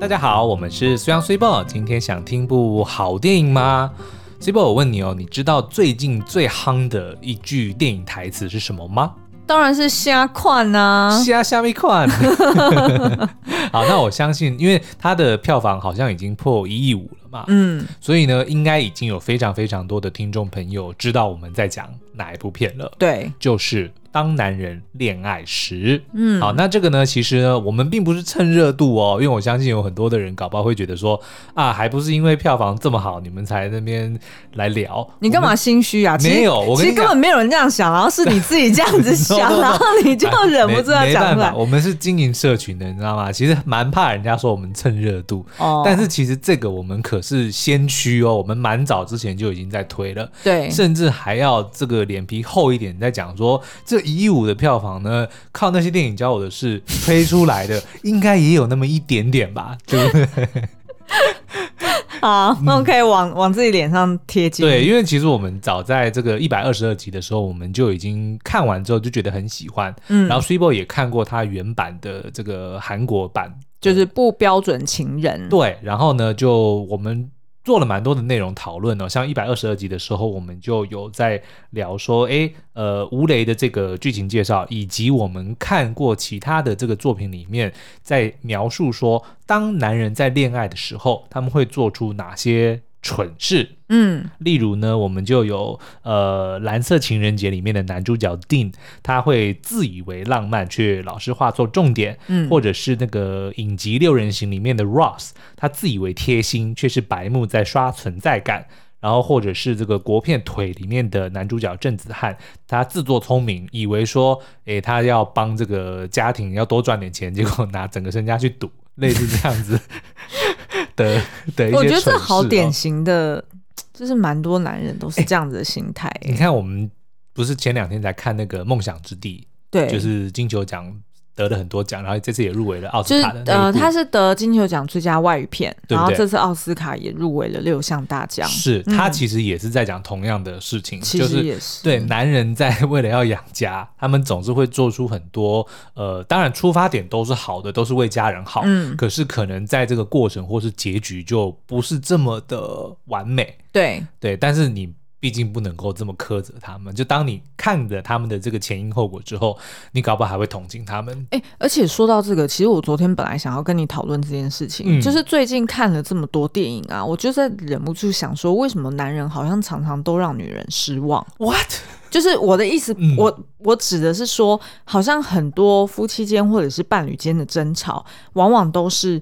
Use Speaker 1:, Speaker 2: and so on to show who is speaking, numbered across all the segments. Speaker 1: 大家好，我们是虽然虽报，今天想听部好电影吗？虽报，我问你哦，你知道最近最夯的一句电影台词是什么吗？
Speaker 2: 当然是瞎看呐、啊。
Speaker 1: 虾虾米款。 好，那我相信，因为它的票房好像已经破一亿五了嘛，
Speaker 2: 嗯，
Speaker 1: 所以呢，应该已经有非常非常多的听众朋友知道我们在讲哪一部片了。
Speaker 2: 对，
Speaker 1: 就是《当男人恋爱时》。
Speaker 2: 嗯，
Speaker 1: 好，那这个呢，其实呢，我们并不是蹭热度哦，因为我相信有很多的人搞不好会觉得说啊，还不是因为票房这么好，你们才那边来聊。
Speaker 2: 你干
Speaker 1: 我
Speaker 2: 嘛
Speaker 1: 们？
Speaker 2: 心虚啊？其实
Speaker 1: 没有我跟
Speaker 2: 其
Speaker 1: 你
Speaker 2: 实
Speaker 1: 讲
Speaker 2: 根本没有人这样想，然啊后是你自己这样子想啊
Speaker 1: No, no, no.
Speaker 2: 然后你就忍不住要
Speaker 1: 哎没没
Speaker 2: 讲
Speaker 1: 办
Speaker 2: 出
Speaker 1: 法，
Speaker 2: 来。
Speaker 1: 我们是经营社群的，你知道吗？其实蛮怕人家说我们蹭热度，
Speaker 2: 哦
Speaker 1: 但是其实这个我们可是先驱哦，我们蛮早之前就已经在推了。
Speaker 2: 对，
Speaker 1: 甚至还要这个脸皮厚一点，在讲说这一亿五的票房呢，靠那些电影教我的事推出来的，应该也有那么一点点吧，对不对？
Speaker 2: 好，那我可以往往自己脸上贴金。
Speaker 1: 嗯对，，因为其实我们早在这个一百二十二集的时候，我们就已经看完之后就觉得很喜欢，
Speaker 2: 嗯
Speaker 1: 然后 s u i b o 也看过它原版的这个韩国版，
Speaker 2: 就是不标准情人。
Speaker 1: 对，然后呢，就我们做了蛮多的内容讨论哦，像一百二十二集的时候，我们就有在聊说，诶，呃，吴雷的这个剧情介绍，以及我们看过其他的这个作品里面，在描述说，当男人在恋爱的时候，他们会做出哪些蠢事。
Speaker 2: 嗯，
Speaker 1: 例如呢，我们就有呃《蓝色情人节》里面的男主角 Dean，他会自以为浪漫，却老是画错重点，
Speaker 2: 嗯
Speaker 1: 或者是那个影集《六人行》里面的 Ross，他自以为贴心，却是白目在刷存在感。然后，或者是这个国片《腿》里面的男主角郑子翰，他自作聪明，以为说，诶，他要帮这个家庭要多赚点钱，结果拿整个身家去赌，类似这样子 的的一些、
Speaker 2: 我
Speaker 1: 蠢
Speaker 2: 觉得这好
Speaker 1: 事哦
Speaker 2: 典型的，就是蛮多男人都是这样子的心态、欸
Speaker 1: 你看，我们不是前两天才看那个《梦想之地》，
Speaker 2: 对，
Speaker 1: 就是金球奖得了很多奖，然后这次也入围了奥
Speaker 2: 就
Speaker 1: 斯
Speaker 2: 是
Speaker 1: 卡的那
Speaker 2: 呃，
Speaker 1: 一部
Speaker 2: 他是得金球奖最佳外语片，
Speaker 1: 对不对
Speaker 2: 然后这次奥斯卡也入围了六项大奖，
Speaker 1: 是他
Speaker 2: 嗯
Speaker 1: 其实也是在讲同样的事情，
Speaker 2: 其
Speaker 1: 就
Speaker 2: 实
Speaker 1: 是。
Speaker 2: 也是
Speaker 1: 对，男人在为了要养家，他们总是会做出很多呃，当然出发点都是好的，都是为家人好，
Speaker 2: 嗯
Speaker 1: 可是可能在这个过程或是结局就不是这么的完美，
Speaker 2: 对
Speaker 1: 对，但是你毕竟不能够这么苛责他们，就当你看着他们的这个前因后果之后，你搞不好还会同情他们，
Speaker 2: 哎、而且说到这个，其实我昨天本来想要跟你讨论这件事
Speaker 1: 嗯
Speaker 2: 情，就是最近看了这么多电影啊，我就在忍不住想说，为什么男人好像常常都让女人失望？
Speaker 1: What？
Speaker 2: 就是我的意思，
Speaker 1: 嗯
Speaker 2: 我我指的是说，好像很多夫妻间或者是伴侣间的争吵，往往都是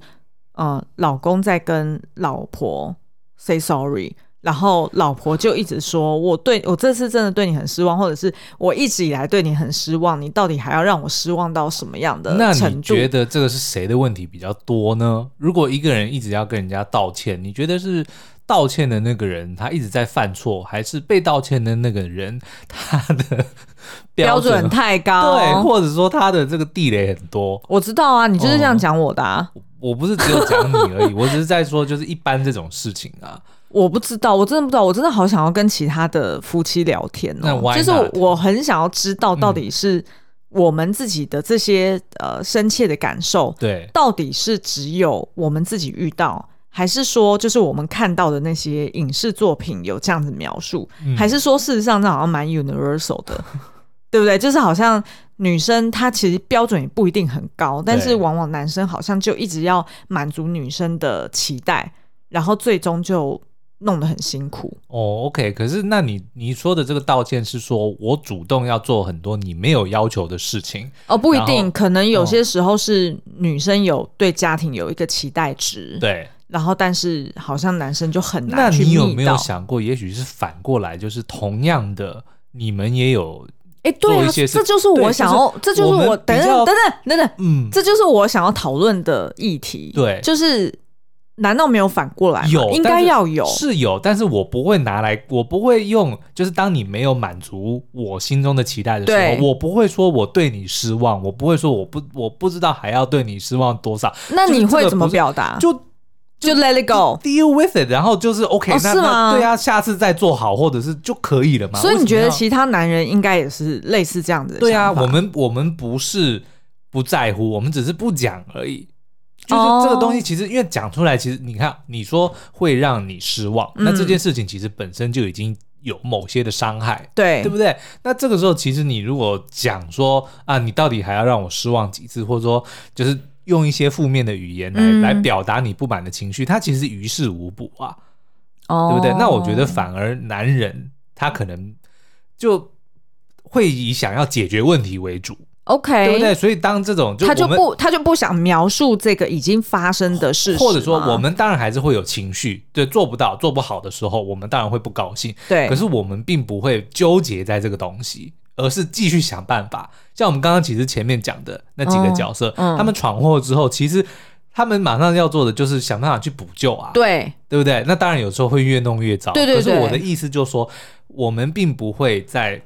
Speaker 2: 呃，老公在跟老婆 say sorry。然后老婆就一直说：“我对我这次真的对你很失望，或者是我一直以来对你很失望，你到底还要让我失望到什么样的
Speaker 1: 那
Speaker 2: 程
Speaker 1: 你
Speaker 2: 度？”
Speaker 1: 觉得这个是谁的问题比较多呢？如果一个人一直要跟人家道歉，你觉得是道歉的那个人他一直在犯错，还是被道歉的那个人他的
Speaker 2: 标
Speaker 1: 准
Speaker 2: 准太
Speaker 1: 对，
Speaker 2: 高？，
Speaker 1: 或者说他的这个地雷很多？
Speaker 2: 我知道啊，你就是这
Speaker 1: 哦
Speaker 2: 样讲我的啊。
Speaker 1: 我不是只有讲你而已，我只是在说就是一般这种事情啊。
Speaker 2: 我不知道，我真的不知道，我真的好想要跟其他的夫妻聊天
Speaker 1: 那
Speaker 2: 哦、
Speaker 1: why
Speaker 2: 就是
Speaker 1: not？
Speaker 2: 我很想要知道到底是我们自己的这些、呃深切的感受，
Speaker 1: 对，
Speaker 2: 到底是只有我们自己遇到。还是说，就是我们看到的那些影视作品有这样子描述，
Speaker 1: 嗯
Speaker 2: 还是说事实上这好像蛮 universal 的， 对不对？就是好像女生她其实标准也不一定很高，但是
Speaker 1: 对
Speaker 2: 往往男生好像就一直要满足女生的期待，然后最终就弄得很辛苦。
Speaker 1: 哦，OK，可是那你你说的这个道歉是说我主动要做很多你没有要求的事情，
Speaker 2: 哦，不一
Speaker 1: 然后嗯
Speaker 2: 定，可能有些时候是女生有对家庭有一个期待值，
Speaker 1: 对，
Speaker 2: 然后但是好像男生就很
Speaker 1: 那
Speaker 2: 难去
Speaker 1: 你有没
Speaker 2: 觅
Speaker 1: 有
Speaker 2: 到。
Speaker 1: 想过，也许是反过来，就是同样的，你们也有，
Speaker 2: 哎、对
Speaker 1: 做
Speaker 2: 啊
Speaker 1: 一，些事
Speaker 2: 这就是我
Speaker 1: 对
Speaker 2: 想
Speaker 1: 就是
Speaker 2: 要，这就是
Speaker 1: 我们
Speaker 2: 我等
Speaker 1: 比
Speaker 2: 等
Speaker 1: 较
Speaker 2: 等等等等，
Speaker 1: 嗯，
Speaker 2: 这就是我想要讨论的议题。
Speaker 1: 对
Speaker 2: 就是难道没有反过来吗？
Speaker 1: 有
Speaker 2: 应
Speaker 1: 但
Speaker 2: 该
Speaker 1: 是
Speaker 2: 要有。
Speaker 1: 是有，但是我不会拿来，我不会用，就是当你没有满足我心中的期待的时
Speaker 2: 对
Speaker 1: 候，我不会说我对你失望，我不会说我不我不知道还要对你失望多少，
Speaker 2: 那
Speaker 1: 就是
Speaker 2: 你
Speaker 1: 这
Speaker 2: 会
Speaker 1: 个
Speaker 2: 怎么
Speaker 1: 不是
Speaker 2: 表达？
Speaker 1: 就
Speaker 2: 就 let it go。
Speaker 1: deal with it，然后就是 OK，、
Speaker 2: 哦
Speaker 1: 那
Speaker 2: 是吗
Speaker 1: 那对啊，下次再做好或者是就可以了嘛。
Speaker 2: 所以
Speaker 1: 为
Speaker 2: 你
Speaker 1: 什么
Speaker 2: 觉得
Speaker 1: 要
Speaker 2: 其他男人应该也是类似这样子的
Speaker 1: 对啊，
Speaker 2: 想法
Speaker 1: 我们我们不是不在乎，我们只是不讲而已。就是这个
Speaker 2: 哦
Speaker 1: 东西，其实因为讲出来，其实你看，你说会让你失望，
Speaker 2: 嗯
Speaker 1: 那这件事情其实本身就已经有某些的伤害，
Speaker 2: 对
Speaker 1: 对不对？那这个时候，其实你如果讲说啊，你到底还要让我失望几次，或者说就是用一些负面的语言来、
Speaker 2: 嗯
Speaker 1: 来表达你不满的情绪，它其实于事无补啊，
Speaker 2: 哦
Speaker 1: 对不对？那我觉得反而男人他可能就会以想要解决问题为主，
Speaker 2: OK，
Speaker 1: 对不对？所以当这种就
Speaker 2: 他就
Speaker 1: 我们
Speaker 2: 不他就不想描述这个已经发生的事实吗，
Speaker 1: 或者说，我们当然还是会有情绪，对，做不到、做不好的时候，我们当然会不高兴。
Speaker 2: 对
Speaker 1: 可是我们并不会纠结在这个东西，而是继续想办法。像我们刚刚其实前面讲的那几个角色，
Speaker 2: 嗯嗯
Speaker 1: 他们闯祸之后，其实他们马上要做的就是想办法去补救啊，
Speaker 2: 对
Speaker 1: 对不对？那当然有时候会越弄越糟。
Speaker 2: 对对
Speaker 1: 可
Speaker 2: 对
Speaker 1: 是我的意思就是说，我们并不会在。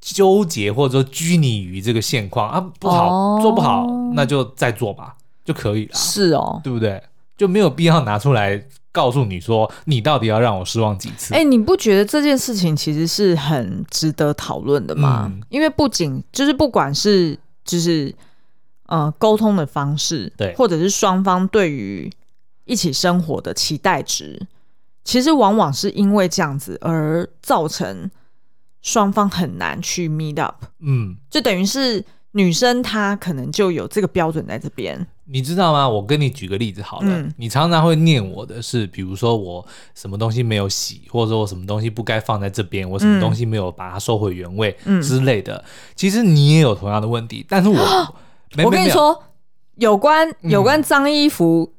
Speaker 1: 纠结或者说拘泥于这个现况啊，不好、
Speaker 2: 哦
Speaker 1: 做不好，那就再做吧，就可以了。
Speaker 2: 是哦。
Speaker 1: 对不对？就没有必要拿出来告诉你说你到底要让我失望几次。
Speaker 2: 哎、你不觉得这件事情其实是很值得讨论的吗？
Speaker 1: 嗯
Speaker 2: 因为不仅就是不管是就是呃沟通的方式，
Speaker 1: 对
Speaker 2: 或者是双方对于一起生活的期待值，其实往往是因为这样子而造成双方很难去 meet up，
Speaker 1: 嗯，
Speaker 2: 就等于是女生她可能就有这个标准在这边，
Speaker 1: 你知道吗？我跟你举个例子好了，
Speaker 2: 嗯
Speaker 1: 你常常会念我的是，比如说我什么东西没有洗，或者说我什么东西不该放在这边，我什么
Speaker 2: 嗯
Speaker 1: 东西没有把它收回原位、
Speaker 2: 嗯
Speaker 1: 之类的。其实你也有同样的问题，但是我 没
Speaker 2: 我
Speaker 1: 没
Speaker 2: 跟
Speaker 1: 没有
Speaker 2: 你
Speaker 1: 嗯
Speaker 2: 说，有关有关脏衣服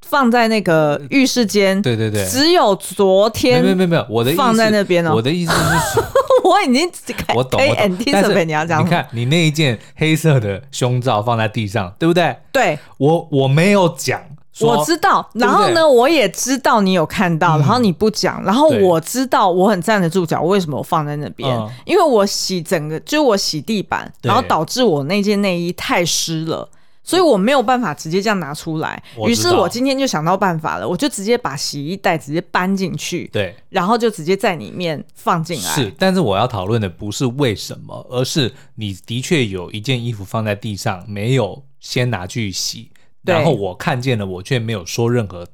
Speaker 2: 放在那个浴室间，
Speaker 1: 嗯对对对
Speaker 2: 只有昨天
Speaker 1: 没有没有没有，我的意思
Speaker 2: 放在那边哦
Speaker 1: 我的意思是说，
Speaker 2: 我已经可
Speaker 1: 我 懂，
Speaker 2: 可以
Speaker 1: 我懂。但
Speaker 2: anticipate
Speaker 1: 是
Speaker 2: 你要讲
Speaker 1: 你
Speaker 2: 什么，
Speaker 1: 看你那一件黑色的胸罩放在地上，对不对？
Speaker 2: 对，
Speaker 1: 我我没有讲说，
Speaker 2: 我知道。
Speaker 1: 对嗯
Speaker 2: 然后呢，我也知道你有看到，然后你不讲，然后
Speaker 1: 对
Speaker 2: 我知道我很站得住脚，为什么我放在那边？
Speaker 1: 嗯
Speaker 2: 因为我洗整个，就是我洗地板，
Speaker 1: 对
Speaker 2: 然后导致我那件内衣太湿了。所以我没有办法直接这样拿出来，
Speaker 1: 我
Speaker 2: 于
Speaker 1: 知
Speaker 2: 是
Speaker 1: 道
Speaker 2: 我今天就想到办法了，我就直接把洗衣袋直接搬进去，
Speaker 1: 对，
Speaker 2: 然后就直接在里面放进来。
Speaker 1: 是，但是我要讨论的不是为什么，而是你的确有一件衣服放在地上，没有先拿去洗，
Speaker 2: 对
Speaker 1: 然后我看见了，我却没有说任何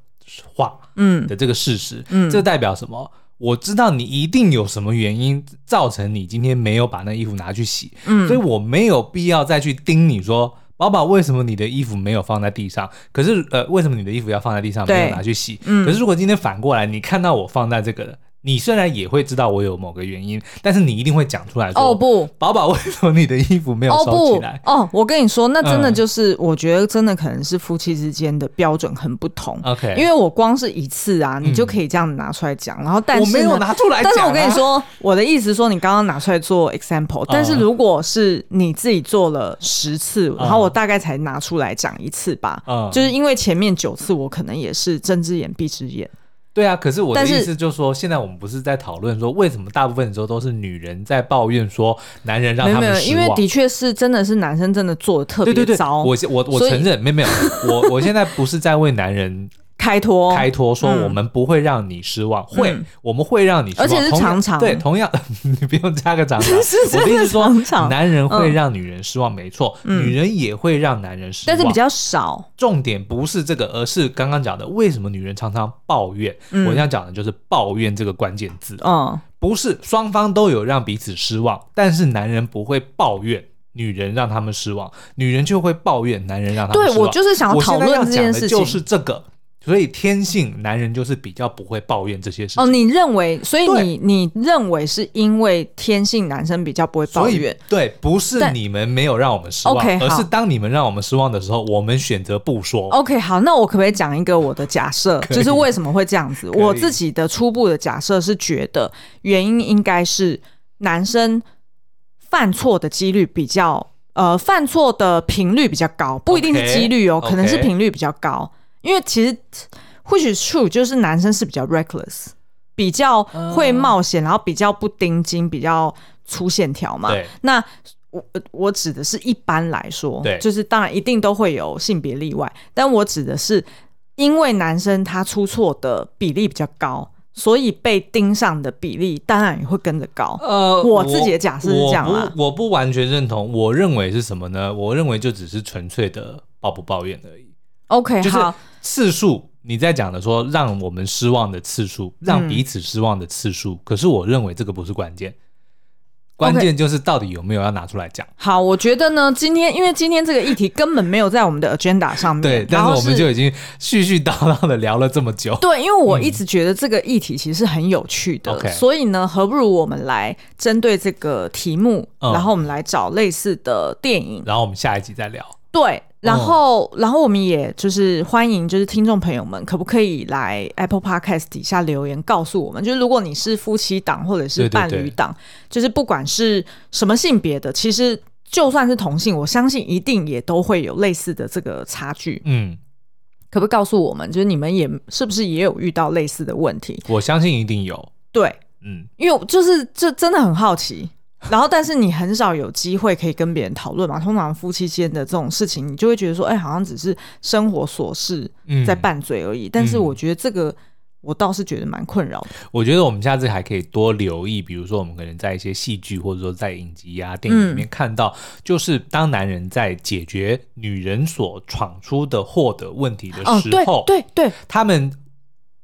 Speaker 1: 话
Speaker 2: 嗯
Speaker 1: 的这个事实，
Speaker 2: 嗯
Speaker 1: 这代表什么？我知道你一定有什么原因造成你今天没有把那衣服拿去洗，
Speaker 2: 嗯
Speaker 1: 所以我没有必要再去盯你说。宝宝，为什么你的衣服没有放在地上？可是，呃，为什么你的衣服要放在地上，没
Speaker 2: 对
Speaker 1: 有拿去洗？
Speaker 2: 嗯
Speaker 1: 可是如果今天反过来，你看到我放在这个了，你虽然也会知道我有某个原因，但是你一定会讲出来说：“
Speaker 2: 哦，不，
Speaker 1: 宝宝，为什么你的衣服没有
Speaker 2: 哦
Speaker 1: 收起
Speaker 2: 不
Speaker 1: 来
Speaker 2: 哦，我跟你说，那真的
Speaker 1: 嗯
Speaker 2: 就是，我觉得真的可能是夫妻之间的标准很不同。
Speaker 1: ？”OK，
Speaker 2: 因为我光是一次啊，你就
Speaker 1: 嗯
Speaker 2: 可以这样拿出来讲，然后但
Speaker 1: 我
Speaker 2: 是
Speaker 1: 没有
Speaker 2: 呢
Speaker 1: 拿出来讲、啊
Speaker 2: 但是我跟你，说，我的意思说，你刚刚拿出来做
Speaker 1: 嗯
Speaker 2: example，、但是如果是你自己做了十次，然后我大概才拿出来讲一次吧，
Speaker 1: 嗯
Speaker 2: 就是因为前面九次我可能也是睁只眼闭只眼，
Speaker 1: 对啊，可是我的
Speaker 2: 但
Speaker 1: 意
Speaker 2: 是
Speaker 1: 思就是说，现在我们不是在讨论说，为什么大部分的时候都是女人在抱怨说男人让
Speaker 2: 没有
Speaker 1: 他
Speaker 2: 没
Speaker 1: 们
Speaker 2: 有，
Speaker 1: 失
Speaker 2: 因
Speaker 1: 望
Speaker 2: 为？的确是真的是男生真的做的特
Speaker 1: 对对
Speaker 2: 别
Speaker 1: 对，
Speaker 2: 糟，
Speaker 1: 我我我
Speaker 2: 所以
Speaker 1: 承认，没有没有，我我现在不是在为男人
Speaker 2: 开脱
Speaker 1: 开脱说
Speaker 2: 嗯
Speaker 1: 我们不会让你失望，会
Speaker 2: 嗯
Speaker 1: 我们会让你失望，
Speaker 2: 而且是
Speaker 1: 同样
Speaker 2: 常常
Speaker 1: 对，同样 你不用加个常常，
Speaker 2: 是
Speaker 1: 我的意
Speaker 2: 真
Speaker 1: 思
Speaker 2: 的
Speaker 1: 是说
Speaker 2: 常，常
Speaker 1: 男人会让女人失望，没错，女人也会让男人失望，
Speaker 2: 但是比较少。
Speaker 1: 重点不是这个，而是刚刚讲的为什么女人常常抱怨，
Speaker 2: 嗯
Speaker 1: 我想讲的就是抱怨这个关键字，
Speaker 2: 嗯，
Speaker 1: 不是双方都有让彼此失望，但是男人不会抱怨。女人让他们失望，女人就会抱怨男人让他们
Speaker 2: 对
Speaker 1: 失望。
Speaker 2: 我就是想
Speaker 1: 我
Speaker 2: 讨
Speaker 1: 现在要
Speaker 2: 论这
Speaker 1: 讲
Speaker 2: 件
Speaker 1: 的
Speaker 2: 事情。
Speaker 1: 就是这个，所以天性男人就是比较不会抱怨这些事情。
Speaker 2: 哦，你认为，所以
Speaker 1: 对
Speaker 2: 你你认为是因为天性男生比较不会抱
Speaker 1: 所以
Speaker 2: 怨，
Speaker 1: 对，不是
Speaker 2: 但
Speaker 1: 你们没有让我们失望
Speaker 2: OK，
Speaker 1: 而
Speaker 2: 好哦
Speaker 1: 是当你们让我们失望的时候，我们选择不说。
Speaker 2: ？OK，好，那我可不可以讲一个我的假设，
Speaker 1: 以
Speaker 2: 就是为什么会这样子？
Speaker 1: 以
Speaker 2: 我自己的初步的假设是觉得原因应该是男生犯错的几率比较，呃，犯错的频率比较高，不一定是
Speaker 1: OK，
Speaker 2: 几率哦
Speaker 1: OK
Speaker 2: 可能是频率比较高，因为其实或许 true 就是男生是比较 reckless，比较会
Speaker 1: 嗯
Speaker 2: 冒险，然后比较不盯紧，比较粗线条嘛。
Speaker 1: 对，
Speaker 2: 那我呃我指的是一般来说，
Speaker 1: 对
Speaker 2: 就是当然一定都会有性别例外，但我指的是因为男生他出错的比例比较高，所以被盯上的比例当然也会跟着高。
Speaker 1: 呃
Speaker 2: 我自己的假设是这样
Speaker 1: 我
Speaker 2: 啦
Speaker 1: 不我不完全认同。我认为是什么呢？我认为就只是纯粹的抱不抱怨而已。
Speaker 2: OK，
Speaker 1: 就是
Speaker 2: 好，
Speaker 1: 次数。你在讲的说让我们失望的次数，让
Speaker 2: 嗯
Speaker 1: 彼此失望的次数，可是我认为这个不是关键，关
Speaker 2: OK
Speaker 1: 键就是到底有没有要拿出来讲。
Speaker 2: 好，我觉得呢，今天因为今天这个议题根本没有在我们的 agenda 上面，
Speaker 1: 对，但
Speaker 2: 嗯然
Speaker 1: 是
Speaker 2: 后
Speaker 1: 我们就已经絮絮叨叨的聊了这么久。
Speaker 2: 对，因为我一直觉得这个议题其实是很有趣的，
Speaker 1: OK
Speaker 2: 所以呢，何不如我们来针对这个题目，
Speaker 1: 嗯
Speaker 2: 然后我们来找类似的电影，
Speaker 1: 然后我们下一集再聊。
Speaker 2: 对，然后、然后我们也就是欢迎就是听众朋友们，可不可以来 Apple Podcast 底下留言告诉我们，就是如果你是夫妻档或者
Speaker 1: 对
Speaker 2: 是
Speaker 1: 对
Speaker 2: 伴
Speaker 1: 对
Speaker 2: 侣档，就是不管是什么性别的，其实就算是同性，我相信一定也都会有类似的这个差距。
Speaker 1: 嗯，
Speaker 2: 可不可以告诉我们，就是你们也是不是也有遇到类似的问题？
Speaker 1: 我相信一定有。
Speaker 2: 对，
Speaker 1: 嗯，
Speaker 2: 因为我就是这真的很好奇。然后，但是你很少有机会可以跟别人讨论嘛。通常夫妻间的这种事情，你就会觉得说，哎、好像只是生活琐事
Speaker 1: 嗯
Speaker 2: 在拌嘴而已。但是
Speaker 1: 嗯
Speaker 2: 我觉得这个，我倒是觉得蛮困扰的。
Speaker 1: 我觉得我们下次还可以多留意，比如说我们可能在一些戏剧或者说在影集啊、电影里面看到，
Speaker 2: 嗯
Speaker 1: 就是当男人在解决女人所闯出的祸的问题的
Speaker 2: 哦，
Speaker 1: 时
Speaker 2: 对
Speaker 1: 候，
Speaker 2: 对对，
Speaker 1: 他们。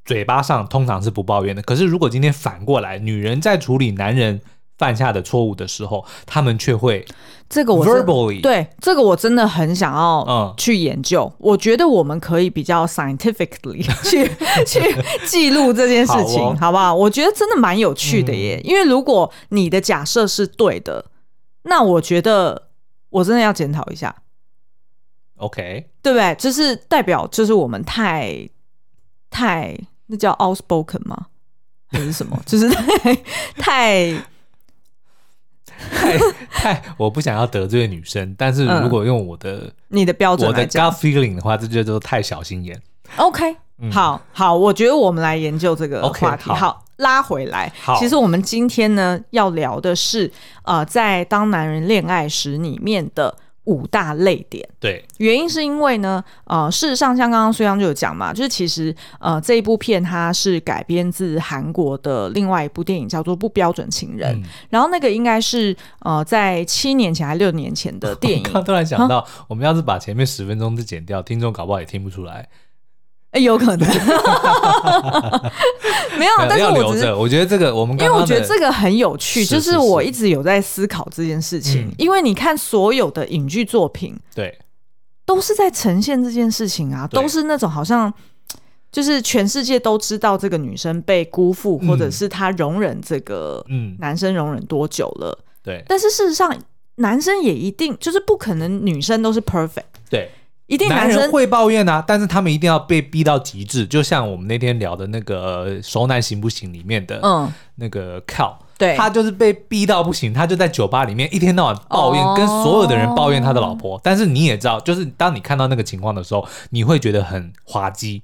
Speaker 1: 嘴巴上通常是不抱怨的，可是如果今天反过来，女人在处理男人犯下的错误的时候，他们却会
Speaker 2: 这个我真
Speaker 1: verbally
Speaker 2: 对这个我真的很想要
Speaker 1: 嗯
Speaker 2: 去研究。我觉得我们可以比较 scientifically 去 去记录这件事情，
Speaker 1: 好哦
Speaker 2: 好
Speaker 1: 嗯
Speaker 2: 不好？我觉得真的蛮有趣的耶，因为如果你的假设是对的，那我觉得我真的要检讨一下，
Speaker 1: OK，
Speaker 2: 对不对？就是代表就是我们太太那叫 outspoken 吗？还是什么？就是太太
Speaker 1: 太 太，我不想要得罪女生，但是如果用我的、
Speaker 2: 你的嗯标准
Speaker 1: 我
Speaker 2: 来
Speaker 1: 的
Speaker 2: 讲
Speaker 1: gut feeling 的话，这就叫做太小心眼。
Speaker 2: OK，、
Speaker 1: 嗯
Speaker 2: 好好，我觉得我们来研究这个
Speaker 1: OK，
Speaker 2: 话题。
Speaker 1: 好
Speaker 2: 拉回来。
Speaker 1: 好
Speaker 2: 其实我们今天呢要聊的是，呃，在当男人恋爱时里面的五大泪点。
Speaker 1: 对，
Speaker 2: 原因是因为呢，呃，事实上像刚刚苏央就有讲嘛，就是其实呃这一部片它是改编自韩国的另外一部电影，叫做《不标准情人》，
Speaker 1: 嗯
Speaker 2: 然后那个应该是呃在七年前还六年前的电
Speaker 1: 我
Speaker 2: 影，
Speaker 1: 刚突然想到，我们要是把前面十分钟都剪掉，听众搞不好也听不出来。
Speaker 2: 哎、有可能 没有，哦但是
Speaker 1: 要
Speaker 2: 我
Speaker 1: 留
Speaker 2: 只是
Speaker 1: 着，我觉得这个我们
Speaker 2: 因
Speaker 1: 刚
Speaker 2: 为
Speaker 1: 刚
Speaker 2: 我觉得
Speaker 1: 的
Speaker 2: 这个很有趣，
Speaker 1: 是
Speaker 2: 就是
Speaker 1: 是
Speaker 2: 我一直有在思考这件事情，
Speaker 1: 嗯
Speaker 2: 因为你看所有的影剧作品
Speaker 1: 对
Speaker 2: 都是在呈现这件事情啊，
Speaker 1: 对
Speaker 2: 都是那种好像就是全世界都知道这个女生被辜负，
Speaker 1: 嗯
Speaker 2: 或者是她容忍这个
Speaker 1: 嗯
Speaker 2: 男生容忍多久了，
Speaker 1: 对
Speaker 2: 但是事实上男生也一定就是不可能女生都是 perfect，
Speaker 1: 对，
Speaker 2: 一定
Speaker 1: 男
Speaker 2: 男生
Speaker 1: 人会抱怨啊，但是他们一定要被逼到极致，就像我们那天聊的那个呃《熟男行不行》里面的
Speaker 2: 嗯
Speaker 1: 那个 Cal，、
Speaker 2: 对
Speaker 1: 他就是被逼到不行，他就在酒吧里面一天到晚抱怨，
Speaker 2: 哦
Speaker 1: 跟所有的人抱怨他的老婆。但是你也知道，就是当你看到那个情况的时候，你会觉得很滑稽，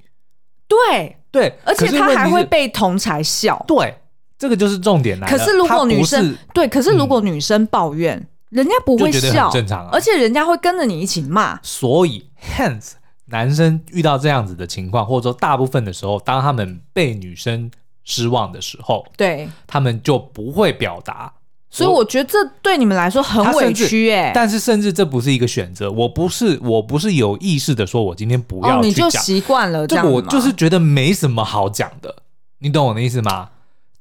Speaker 2: 对，
Speaker 1: 对，
Speaker 2: 而且
Speaker 1: 可是
Speaker 2: 他
Speaker 1: 问题
Speaker 2: 还
Speaker 1: 是
Speaker 2: 会被同才笑，
Speaker 1: 对，这个就是重点来了。
Speaker 2: 可是如
Speaker 1: 他
Speaker 2: 果
Speaker 1: 不
Speaker 2: 女生
Speaker 1: 是嗯
Speaker 2: 对，可是如果女生抱怨，人家不会
Speaker 1: 就觉得
Speaker 2: 笑，
Speaker 1: 很正常啊
Speaker 2: 而且人家会跟着你一起骂。
Speaker 1: 所以，hence 男生遇到这样子的情况，或者说大部分的时候，当他们被女生失望的时候，
Speaker 2: 对，
Speaker 1: 他们就不会表达。
Speaker 2: 所以我觉得这对你们来说很
Speaker 1: 他
Speaker 2: 委
Speaker 1: 甚至
Speaker 2: 屈哎、
Speaker 1: 但是，甚至这不是一个选择。我不是，我不是有意识的说，我今天不
Speaker 2: 哦，
Speaker 1: 要
Speaker 2: 你
Speaker 1: 去
Speaker 2: 就
Speaker 1: 讲。
Speaker 2: 习惯了
Speaker 1: 这
Speaker 2: 这样
Speaker 1: 个
Speaker 2: 子
Speaker 1: 我
Speaker 2: 吗
Speaker 1: 就是觉得没什么好讲的，你懂我的意思吗？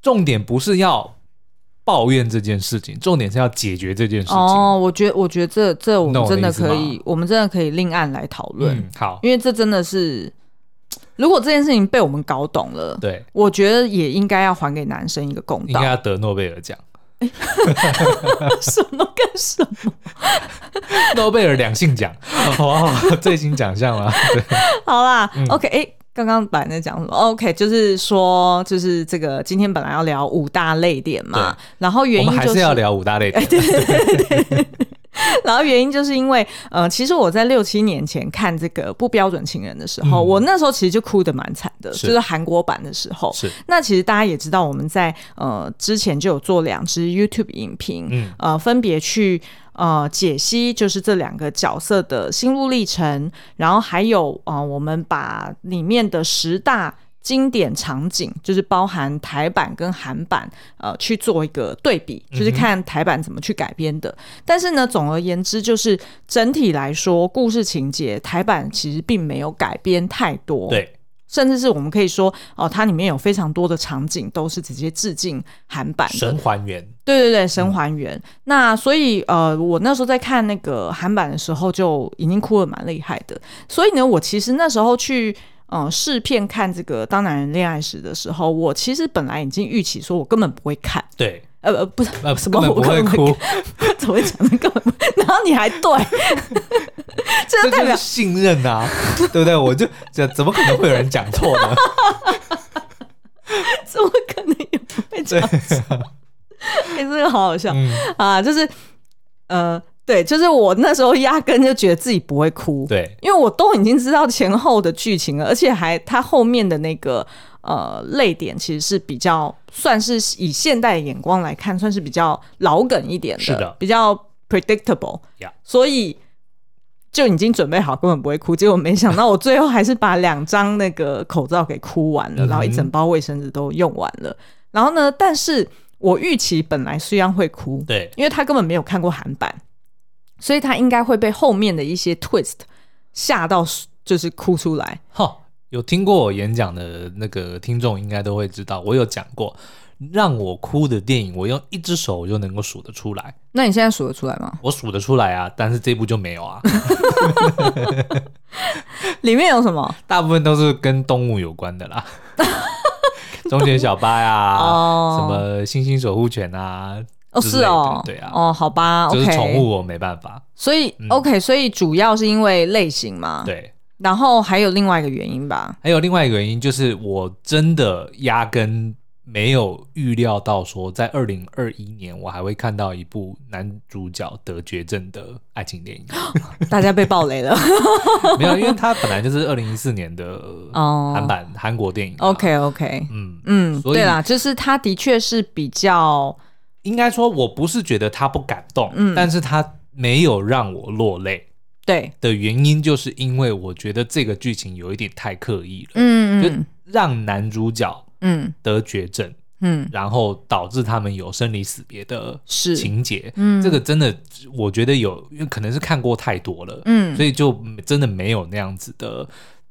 Speaker 1: 重点不是要抱怨这件事情，重点是要解决这件事情。
Speaker 2: 哦，我觉得我觉得这这我
Speaker 1: 你懂
Speaker 2: 们
Speaker 1: 我的
Speaker 2: 真的
Speaker 1: 意思吗
Speaker 2: 可以，我们真的可以另案来讨论，
Speaker 1: 嗯，好，
Speaker 2: 因为这真的是，如果这件事情被我们搞懂了，
Speaker 1: 对，
Speaker 2: 我觉得也应该要还给男生一个公
Speaker 1: 应
Speaker 2: 道
Speaker 1: 该。要得诺贝尔奖，
Speaker 2: 什么跟什么？
Speaker 1: 诺贝尔两性奖，哦，最新奖项啦。对，
Speaker 2: 好啦、o
Speaker 1: 嗯
Speaker 2: k 哎、刚刚本来在讲什么？OK，就是哦说，就是这个今天本来要聊五大泪点嘛，然后 原
Speaker 1: 我
Speaker 2: 因
Speaker 1: 们还
Speaker 2: 就是
Speaker 1: 要聊五大类别。
Speaker 2: 然后原因就是因为，呃，其实我在六七年前看这个《不标准情人》的时候，
Speaker 1: 嗯
Speaker 2: 我那时候其实就哭得蛮惨的，
Speaker 1: 是
Speaker 2: 就是韩国版的时候。
Speaker 1: 是，
Speaker 2: 那其实大家也知道，我们在呃之前就有做两支 YouTube 影评，
Speaker 1: 嗯
Speaker 2: 呃，分别去呃解析就是这两个角色的心路历程，然后还有呃我们把里面的十大经典场景，就是包含台版跟韩版，呃，去做一个对比，就是看台版怎么去改编的。但是呢，总而言之，就是整体来说，故事情节台版其实并没有改编太多。
Speaker 1: 对，
Speaker 2: 甚至是我们可以说，哦，它里面有非常多的场景都是直接致敬韩版的，
Speaker 1: 神嗯还原，
Speaker 2: 对对对，神还原。那所以呃，我那时候在看那个韩版的时候，就已经哭的蛮厉害的。所以呢，我其实那时候去呃试片看这个《当男人恋爱时》的时候，我其实本来已经预期说我根本不会看，
Speaker 1: 对，
Speaker 2: 呃呃，不是
Speaker 1: 呃，
Speaker 2: 什
Speaker 1: 根
Speaker 2: 么
Speaker 1: 本
Speaker 2: 我
Speaker 1: 不会
Speaker 2: 根本
Speaker 1: 哭，
Speaker 2: 怎么会 讲的根本不，然后你还对，这
Speaker 1: 这
Speaker 2: 就代
Speaker 1: 就
Speaker 2: 表
Speaker 1: 是信任啊， 对不对？我就这怎么可能会有人讲错呢？
Speaker 2: 怎么可能也不会讲
Speaker 1: 对
Speaker 2: 错？哎、这个好好笑、
Speaker 1: 嗯，
Speaker 2: 啊！就是呃，对，就是我那时候压根就觉得自己不会哭，
Speaker 1: 对，
Speaker 2: 因为我都已经知道前后的剧情了，而且还它后面的那个呃泪点其实是比较算是以现代的眼光来看，算是比较老梗一点的，
Speaker 1: 是的
Speaker 2: 比较 predictable，、
Speaker 1: Yeah
Speaker 2: 所以。就已经准备好，根本不会哭。结果没想到，我最后还是把两张那个口罩给哭完
Speaker 1: 嗯
Speaker 2: 了，
Speaker 1: 哼
Speaker 2: 然后一整包卫生纸都用完了。然后呢，但是我预期本来虽然会哭，
Speaker 1: 对，
Speaker 2: 因为他根本没有看过韩版，所以他应该会被后面的一些 twist 吓到，就是哭出来。
Speaker 1: 哈，有听过我演讲的那个听众应该都会知道，我有讲过，让我哭的电影，我用一只手我就能够数得出来，
Speaker 2: 那你现在数得出来吗？
Speaker 1: 我数得出来啊，但是这部就没有啊，
Speaker 2: 里面有什么？
Speaker 1: 大部分都是跟动物有关的啦。 忠犬小八呀、
Speaker 2: 哦
Speaker 1: 什么星星守护犬啊，
Speaker 2: 哦，
Speaker 1: 之
Speaker 2: 是
Speaker 1: 类的
Speaker 2: 哦，
Speaker 1: 对啊
Speaker 2: 哦，好吧
Speaker 1: 就是宠
Speaker 2: ，OK。
Speaker 1: 物我没办法。
Speaker 2: 所以、OK，所以主要是因为类型嘛，。
Speaker 1: 对，
Speaker 2: 然后还有另外一个原 因吧，
Speaker 1: 还有另外一个原因就是我真的压根没有预料到说，在二零二一年我还会看到一部男主角得绝症的爱情电影。
Speaker 2: 大家被爆雷了。
Speaker 1: 没有，因为它本来就是二零一四年 的
Speaker 2: 哦
Speaker 1: 韩版韩国电影啊嘛。
Speaker 2: OK OK，
Speaker 1: 嗯，
Speaker 2: 嗯，
Speaker 1: 所以
Speaker 2: 对啦，就是他的确是比较
Speaker 1: 应该说我不是觉得他不感动，
Speaker 2: 嗯
Speaker 1: 但是他没有让我落泪。
Speaker 2: 对，
Speaker 1: 的原因，就是因为我觉得这个剧情有一点太刻意了，
Speaker 2: 嗯
Speaker 1: 就
Speaker 2: 嗯
Speaker 1: 让男主角
Speaker 2: 嗯
Speaker 1: 得绝症，
Speaker 2: 嗯，
Speaker 1: 然后导致他们有生离死别的
Speaker 2: 是
Speaker 1: 情节。
Speaker 2: 嗯
Speaker 1: 这个真的，我觉得有，因为可能是看过太多了，
Speaker 2: 嗯
Speaker 1: 所以就真的没有那样子的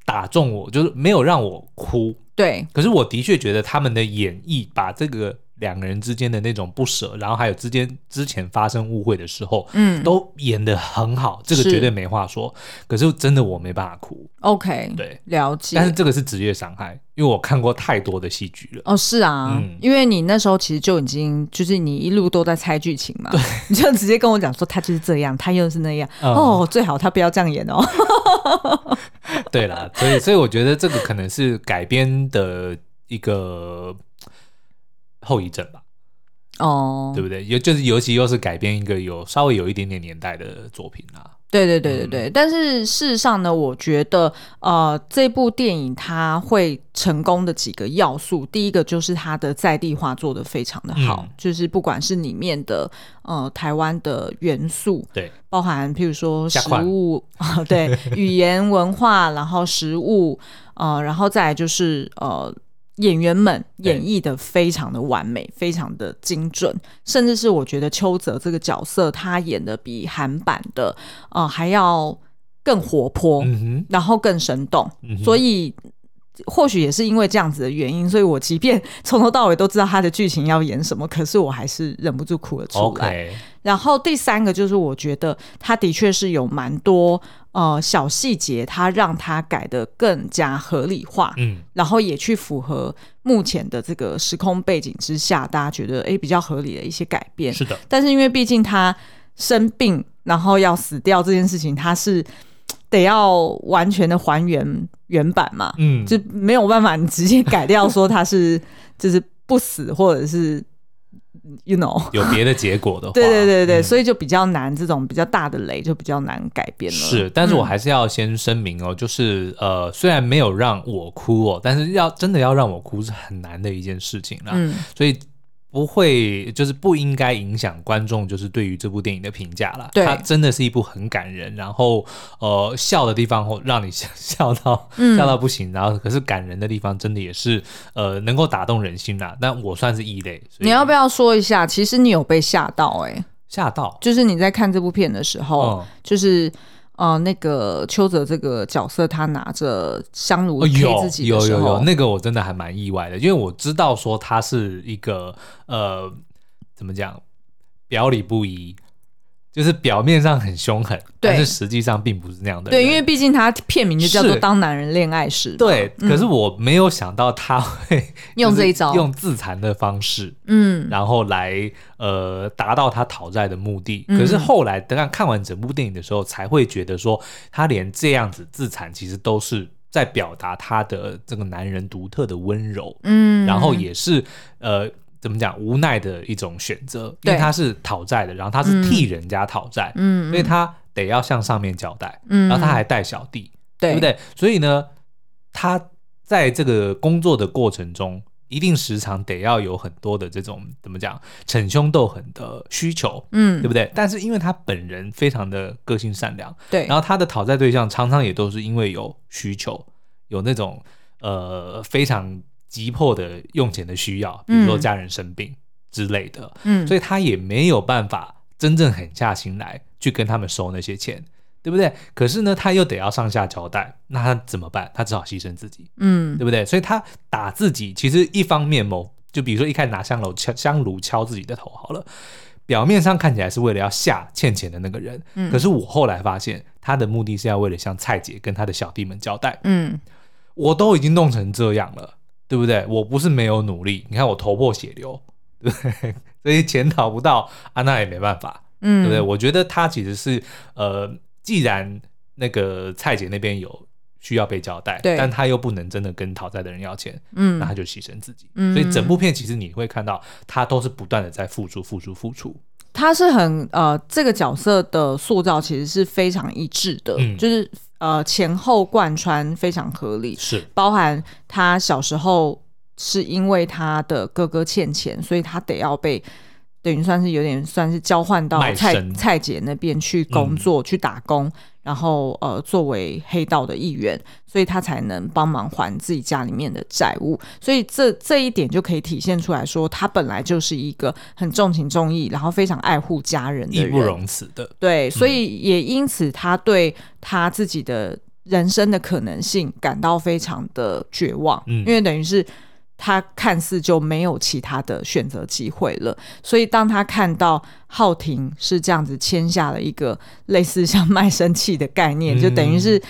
Speaker 1: 打中我，就是没有让我哭。
Speaker 2: 对，
Speaker 1: 可是我的确觉得他们的演绎，把这个两个人之间的那种不舍，然后还有之间之前发生误会的时候，
Speaker 2: 嗯
Speaker 1: 都演得很好，这个
Speaker 2: 是
Speaker 1: 绝对没话说。可是真的我没办法哭，
Speaker 2: ，OK，
Speaker 1: 对，
Speaker 2: 了解。
Speaker 1: 但是这个是职业伤害，因为我看过太多的戏剧了。
Speaker 2: 哦，是啊，
Speaker 1: 嗯
Speaker 2: 因为你那时候其实就已经就是你一路都在猜剧情嘛， 你就直接跟我讲说他就是这样，他又是那样，
Speaker 1: 嗯
Speaker 2: 哦，最好他不要这样演哦。
Speaker 1: 对啦，所以所以我觉得这个可能是改编的一个后遗症吧，
Speaker 2: 哦，
Speaker 1: 对不对？尤就是尤其又是改编一个有稍微有一点点年代的作品啊啦。
Speaker 2: 对对对对
Speaker 1: 嗯
Speaker 2: 对，但是事实上呢，我觉得呃，这部电影它会成功的几个要素，第一个就是它的在地化做的非常的好，
Speaker 1: 嗯
Speaker 2: 就是不管是里面的呃台湾的元素，
Speaker 1: 对，
Speaker 2: 包含譬如说
Speaker 1: 加
Speaker 2: 食
Speaker 1: 快
Speaker 2: 物啊、 对语言文化，然后食物，呃，然后再来就是呃演员们
Speaker 1: 对
Speaker 2: 演绎的非常的完美，非常的精准，甚至是我觉得邱泽这个角色他演的比韩版的呃还要更活泼，
Speaker 1: 嗯哼，
Speaker 2: 然后更生动，
Speaker 1: 嗯哼
Speaker 2: 哦所以。或许也是因为这样子的原因，所以我即便从头到尾都知道他的剧情要演什么，可是我还是忍不住哭了出来。
Speaker 1: ，OK，
Speaker 2: 然后第三个就是，我觉得他的确是有蛮多呃小细节，他让他改的更加合理化，
Speaker 1: 嗯，
Speaker 2: 然后也去符合目前的这个时空背景之下，大家觉得诶比较合理的一些改变。
Speaker 1: 是的，
Speaker 2: 但是因为毕竟他生病，然后要死掉这件事情，他是嘖得要完全的还原原版嘛，
Speaker 1: 嗯，
Speaker 2: 就没有办法你直接改掉说他是就是不死或者是 you know。
Speaker 1: 有别的结果的话，
Speaker 2: 对对对对，
Speaker 1: 嗯
Speaker 2: 所以就比较难，这种比较大的雷就比较难改变了。嗯
Speaker 1: 是，但是我还是要先声明哦，就是呃，虽然没有让我哭哦，但是要真的要让我哭是很难的一件事情啦。
Speaker 2: 嗯，
Speaker 1: 所以不会，就是不应该影响观众就是对于这部电影的评价啦。
Speaker 2: 对
Speaker 1: 它真的是一部很感人，然后呃笑的地方会让你 笑笑到
Speaker 2: 嗯
Speaker 1: 笑到不行，然后可是感人的地方真的也是呃能够打动人心啦。但我算是异类，所以
Speaker 2: 你要不要说一下？其实你有被吓到哎、
Speaker 1: 吓到？
Speaker 2: 就是你在看这部片的时候，
Speaker 1: 嗯，
Speaker 2: 就是呃，那个邱泽这个角色他拿着香炉
Speaker 1: 哦，
Speaker 2: 贴
Speaker 1: 有
Speaker 2: 自己的
Speaker 1: 有
Speaker 2: 时
Speaker 1: 有
Speaker 2: 候，
Speaker 1: 有，那个我真的还蛮意外的，因为我知道说他是一个呃，怎么讲，表里不一，就是表面上很凶狠，
Speaker 2: 对
Speaker 1: 但是实际上并不是那样的人。
Speaker 2: 对，因为毕竟他片名就叫做
Speaker 1: 是
Speaker 2: 《当男人恋爱时》嘛，
Speaker 1: 对，可是我没有想到他会
Speaker 2: 嗯用这一
Speaker 1: 就
Speaker 2: 招
Speaker 1: 是，用自残的方式，
Speaker 2: 嗯，
Speaker 1: 然后来呃达到他讨债的目的。
Speaker 2: 嗯
Speaker 1: 可是后来等看看完整部电影的时候，才会觉得说他连这样子自残，其实都是在表达他的这个男人独特的温柔。
Speaker 2: 嗯，
Speaker 1: 然后也是呃怎么讲无奈的一种选择，因
Speaker 2: 对
Speaker 1: 为他是讨债的，然后他是替人家讨债，
Speaker 2: 嗯，
Speaker 1: 所以他得要向上面交代，
Speaker 2: 嗯，
Speaker 1: 然后他还带小弟，
Speaker 2: 对
Speaker 1: 对不？对？所以呢，他在这个工作的过程中。一定时常得要有很多的这种怎么讲逞凶斗狠的需求，
Speaker 2: 嗯，
Speaker 1: 对不对？但是因为他本人非常的个性善良，
Speaker 2: 对？
Speaker 1: 然后他的讨债对象常常也都是因为有需求，有那种呃非常急迫的用钱的需要，比如说
Speaker 2: 嗯
Speaker 1: 家人生病之类的，
Speaker 2: 嗯，
Speaker 1: 所以他也没有办法真正狠下心来去跟他们收那些钱，对不对？可是呢，他又得要上下交代，那他怎么办？他只好牺牲自己，
Speaker 2: 嗯，
Speaker 1: 对不对？所以他打自己，其实一方面某就比如说一开始拿香炉敲香炉敲自己的头好了，表面上看起来是为了要吓欠钱的那个人，
Speaker 2: 嗯
Speaker 1: 可是我后来发现他的目的是要为了向蔡姐跟他的小弟们交代，
Speaker 2: 嗯，
Speaker 1: 我都已经弄成这样了，对不对？我不是没有努力，你看我头破血流，对不对？ 所以钱讨不到啊，那也没办法，
Speaker 2: 嗯，
Speaker 1: 对不对？我觉得他其实是呃，既然那个蔡姐那边有需要被交代，
Speaker 2: 对
Speaker 1: 但他又不能真的跟讨债的人要钱，
Speaker 2: 嗯
Speaker 1: 那他就牺牲自己。
Speaker 2: 嗯
Speaker 1: 所以整部片其实你会看到他都是不断的在付出、付出、付出。
Speaker 2: 他是很呃，这个角色的塑造其实是非常一致的，
Speaker 1: 嗯
Speaker 2: 就是呃前后贯穿非常合理，
Speaker 1: 是
Speaker 2: 包含他小时候是因为他的哥哥欠钱，所以他得要被等于算是有点算是交换到
Speaker 1: 卖
Speaker 2: 蔡
Speaker 1: 身嗯
Speaker 2: 蔡姐那边去工作、去打工，然后呃作为黑道的一员，所以他才能帮忙还自己家里面的债务。所以这这一点就可以体现出来说，他本来就是一个很重情重义，然后非常爱护家人的
Speaker 1: 义
Speaker 2: 人，嗯
Speaker 1: 不容辞的。
Speaker 2: 对，所以也因此他对他自己的人生的可能性感到非常的绝望，
Speaker 1: 嗯
Speaker 2: 因为等于是他看似就没有其他的选择机会了。所以当他看到浩廷是这样子签下了一个类似像卖身契的概念，
Speaker 1: 嗯
Speaker 2: 就等于是。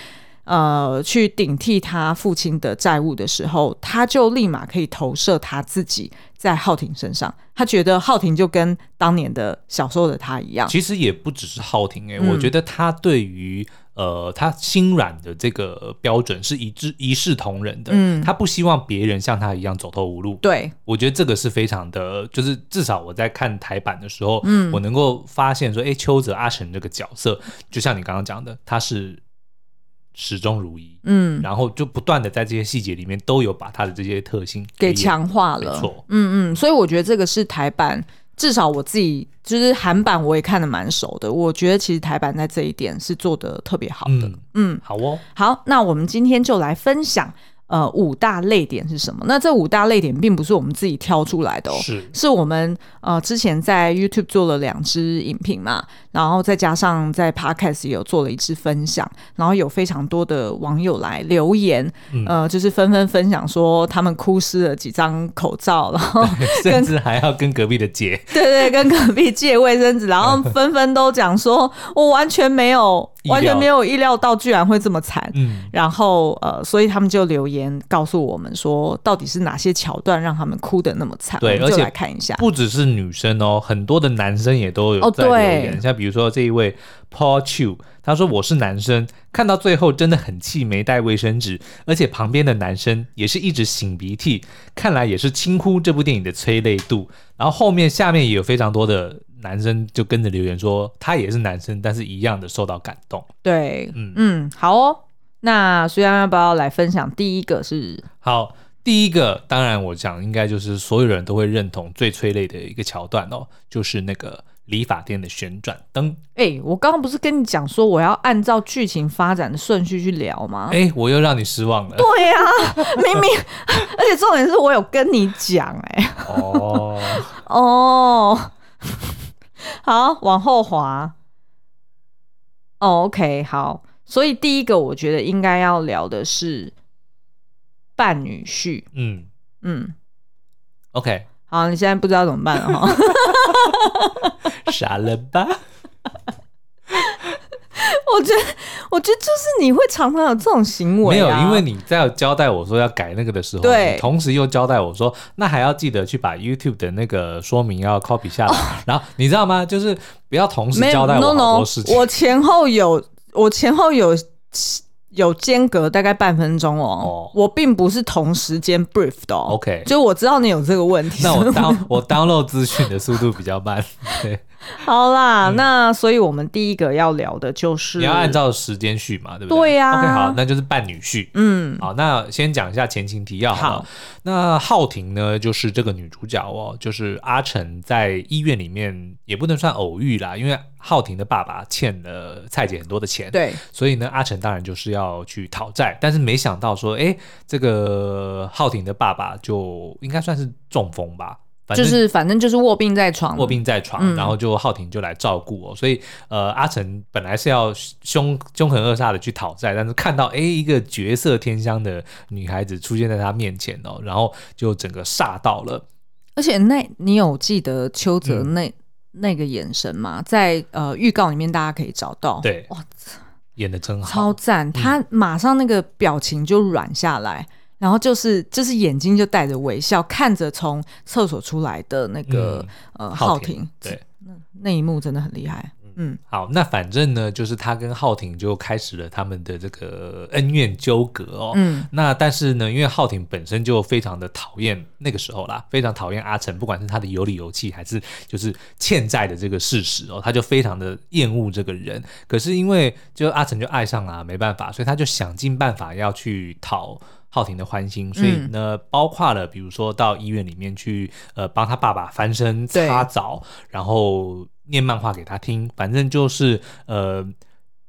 Speaker 2: 呃，去顶替他父亲的债务的时候，他就立马可以投射他自己在浩廷身上。他觉得浩廷就跟当年的小时候的他一样，
Speaker 1: 其实也不只是浩廷诶、
Speaker 2: 嗯
Speaker 1: 我觉得他对于呃他心软的这个标准是一致一视同仁的。
Speaker 2: 嗯
Speaker 1: 他不希望别人像他一样走投无路。
Speaker 2: 对，
Speaker 1: 我觉得这个是非常的，就是至少我在看台版的时候，
Speaker 2: 嗯
Speaker 1: 我能够发现说，哎，邱泽阿成这个角色，就像你刚刚讲的，他是始终如一，
Speaker 2: 嗯，
Speaker 1: 然后就不断的在这些细节里面都有把他的这些特性
Speaker 2: 给
Speaker 1: 演
Speaker 2: 强化
Speaker 1: 没
Speaker 2: 了。
Speaker 1: 错
Speaker 2: 嗯嗯，所以我觉得这个是台版，至少我自己就是韩版我也看得蛮熟的。我觉得其实台版在这一点是做的特别好的。
Speaker 1: 嗯，
Speaker 2: 嗯，
Speaker 1: 好哦，
Speaker 2: 好，那我们今天就来分享呃五大泪点是什么？那这五大泪点并不是我们自己挑出来的哦。
Speaker 1: 是
Speaker 2: 是我们呃之前在 YouTube 做了两支影评嘛，然后再加上在 Podcast 也有做了一支分享，然后有非常多的网友来留言，
Speaker 1: 嗯
Speaker 2: 呃，就是纷纷分享说他们哭湿了几张口罩，然后
Speaker 1: 甚至还要跟隔壁的姐，
Speaker 2: 对对，跟隔壁借卫生纸，然后纷纷都讲说我完全没有
Speaker 1: 意料
Speaker 2: 完全没有意料到居然会这么惨。
Speaker 1: 嗯，
Speaker 2: 然后，呃，所以他们就留言告诉我们说，到底是哪些桥段让他们哭的那么惨？
Speaker 1: 对
Speaker 2: 我们就
Speaker 1: 而且
Speaker 2: 来看一下。
Speaker 1: 不只是女生哦，很多的男生也都有
Speaker 2: 哦
Speaker 1: 在留
Speaker 2: 对
Speaker 1: 言，像比如说这一位 Paul Chu，他说我是男生，看到最后真的很气，没带卫生纸，而且旁边的男生也是一直擤鼻涕，看来也是轻忽这部电影的催泪度。然后后面下面也有非常多的男生就跟着留言说，他也是男生，但是一样的受到感动。
Speaker 2: 对，嗯
Speaker 1: 嗯
Speaker 2: 好哦。那虽然要不要来分享？第一个是
Speaker 1: 好，第一个，当然我讲应该就是所有人都会认同最催泪的一个桥段哦，就是那个理发店的旋转灯。
Speaker 2: 哎、我刚刚不是跟你讲说我要按照剧情发展的顺序去聊吗？
Speaker 1: 哎、我又让你失望 了。
Speaker 2: 哦 对呀、明明， 而且重点是我有跟你讲、哎，
Speaker 1: 哦，
Speaker 2: 哦， 好，往后滑。哦，OK，好，所以第一个我觉得应该要聊的是伴女婿，
Speaker 1: 嗯
Speaker 2: 嗯，
Speaker 1: ，OK，
Speaker 2: 好，你现在不知道怎么办了哈。
Speaker 1: 傻了 吧？
Speaker 2: 我觉得，我觉得就是你会常常有这种行为、
Speaker 1: 没有，
Speaker 2: 啊，
Speaker 1: 因为你在交代我说要改那个的时候，
Speaker 2: 对
Speaker 1: 你同时又交代我说，那还要记得去把 YouTube 的那个说明要 copy 下来。然后你知道吗？就是不要同时
Speaker 2: 哦没
Speaker 1: 交
Speaker 2: 有
Speaker 1: 代我
Speaker 2: no
Speaker 1: 好
Speaker 2: no，
Speaker 1: 多事情。
Speaker 2: 我前后有我前后有有间隔大概半分钟哦
Speaker 1: 哦，
Speaker 2: 我并不是同时间 brief 的哦。
Speaker 1: OK
Speaker 2: 就我知道你有这个问题，
Speaker 1: 那我 down 我 download 资讯的速度比较慢，对，
Speaker 2: 好啦，那所以我们第一个要聊的就是
Speaker 1: 嗯你要按照时间序嘛，对不
Speaker 2: 对呀
Speaker 1: OK，好，那就是扮女婿。
Speaker 2: 嗯
Speaker 1: 好，那先讲一下前情提要好了。
Speaker 2: 好
Speaker 1: 那浩婷呢，就是这个女主角哦，就是阿成在医院里面也不能算偶遇啦，因为浩婷的爸爸欠了蔡姐很多的钱，
Speaker 2: 对
Speaker 1: 所以呢，阿成当然就是要去讨债，但是没想到说，哎，这个浩廷的爸爸就应该算是中风吧，反
Speaker 2: 就
Speaker 1: 正
Speaker 2: 是反正就是卧病在床，
Speaker 1: 卧病在床，
Speaker 2: 嗯
Speaker 1: 然后就浩廷就来照顾哦，所以呃，阿成本来是要凶凶狠恶煞的去讨债，但是看到哎一个绝色天香的女孩子出现在他面前哦，然后就整个煞到了，
Speaker 2: 而且那你有记得邱泽
Speaker 1: 嗯
Speaker 2: 那、那个眼神吗？在呃预告里面大家可以找到，
Speaker 1: 对
Speaker 2: 哇，
Speaker 1: 演的真
Speaker 2: 超
Speaker 1: 好，
Speaker 2: 赞！他马上那个表情就软下来，然后就是就是眼睛就带着微笑看着从厕所出来的那个、呃浩
Speaker 1: 嗯浩
Speaker 2: 廷
Speaker 1: 廷，对。
Speaker 2: 那一幕真的很厉害，嗯，
Speaker 1: 好，那反正呢，就是他跟浩廷就开始了他们的这个恩怨纠葛哦。
Speaker 2: 嗯，
Speaker 1: 那但是呢，因为浩廷本身就非常的讨厌那个时候啦，非常讨厌阿成，不管是他的有理有气，还是就是欠债的这个事实哦，他就非常的厌恶这个人。可是因为就阿成就爱上了啊、没办法，所以他就想尽办法要去讨。浩廷的欢
Speaker 2: 嗯
Speaker 1: 心，所以呢，包括了比如说到医院里面去，呃，帮他爸爸翻身、
Speaker 2: 对
Speaker 1: 擦澡，然后念漫画给他听，反正就是呃，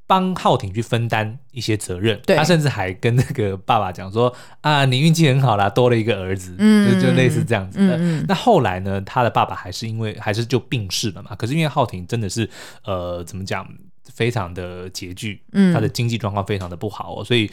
Speaker 1: 帮浩廷去分担一些责任。
Speaker 2: 对
Speaker 1: 他甚至还跟那个爸爸讲说：“啊，你运气很好啦，多了一个儿子。
Speaker 2: 嗯
Speaker 1: 就就类似这样子的。
Speaker 2: 嗯嗯
Speaker 1: 那后来呢，他的爸爸还是因为还是就病逝了嘛。可是因为浩廷真的是呃，怎么讲？非常的拮据，
Speaker 2: 嗯
Speaker 1: 他的经济状况非常的不好哦，所以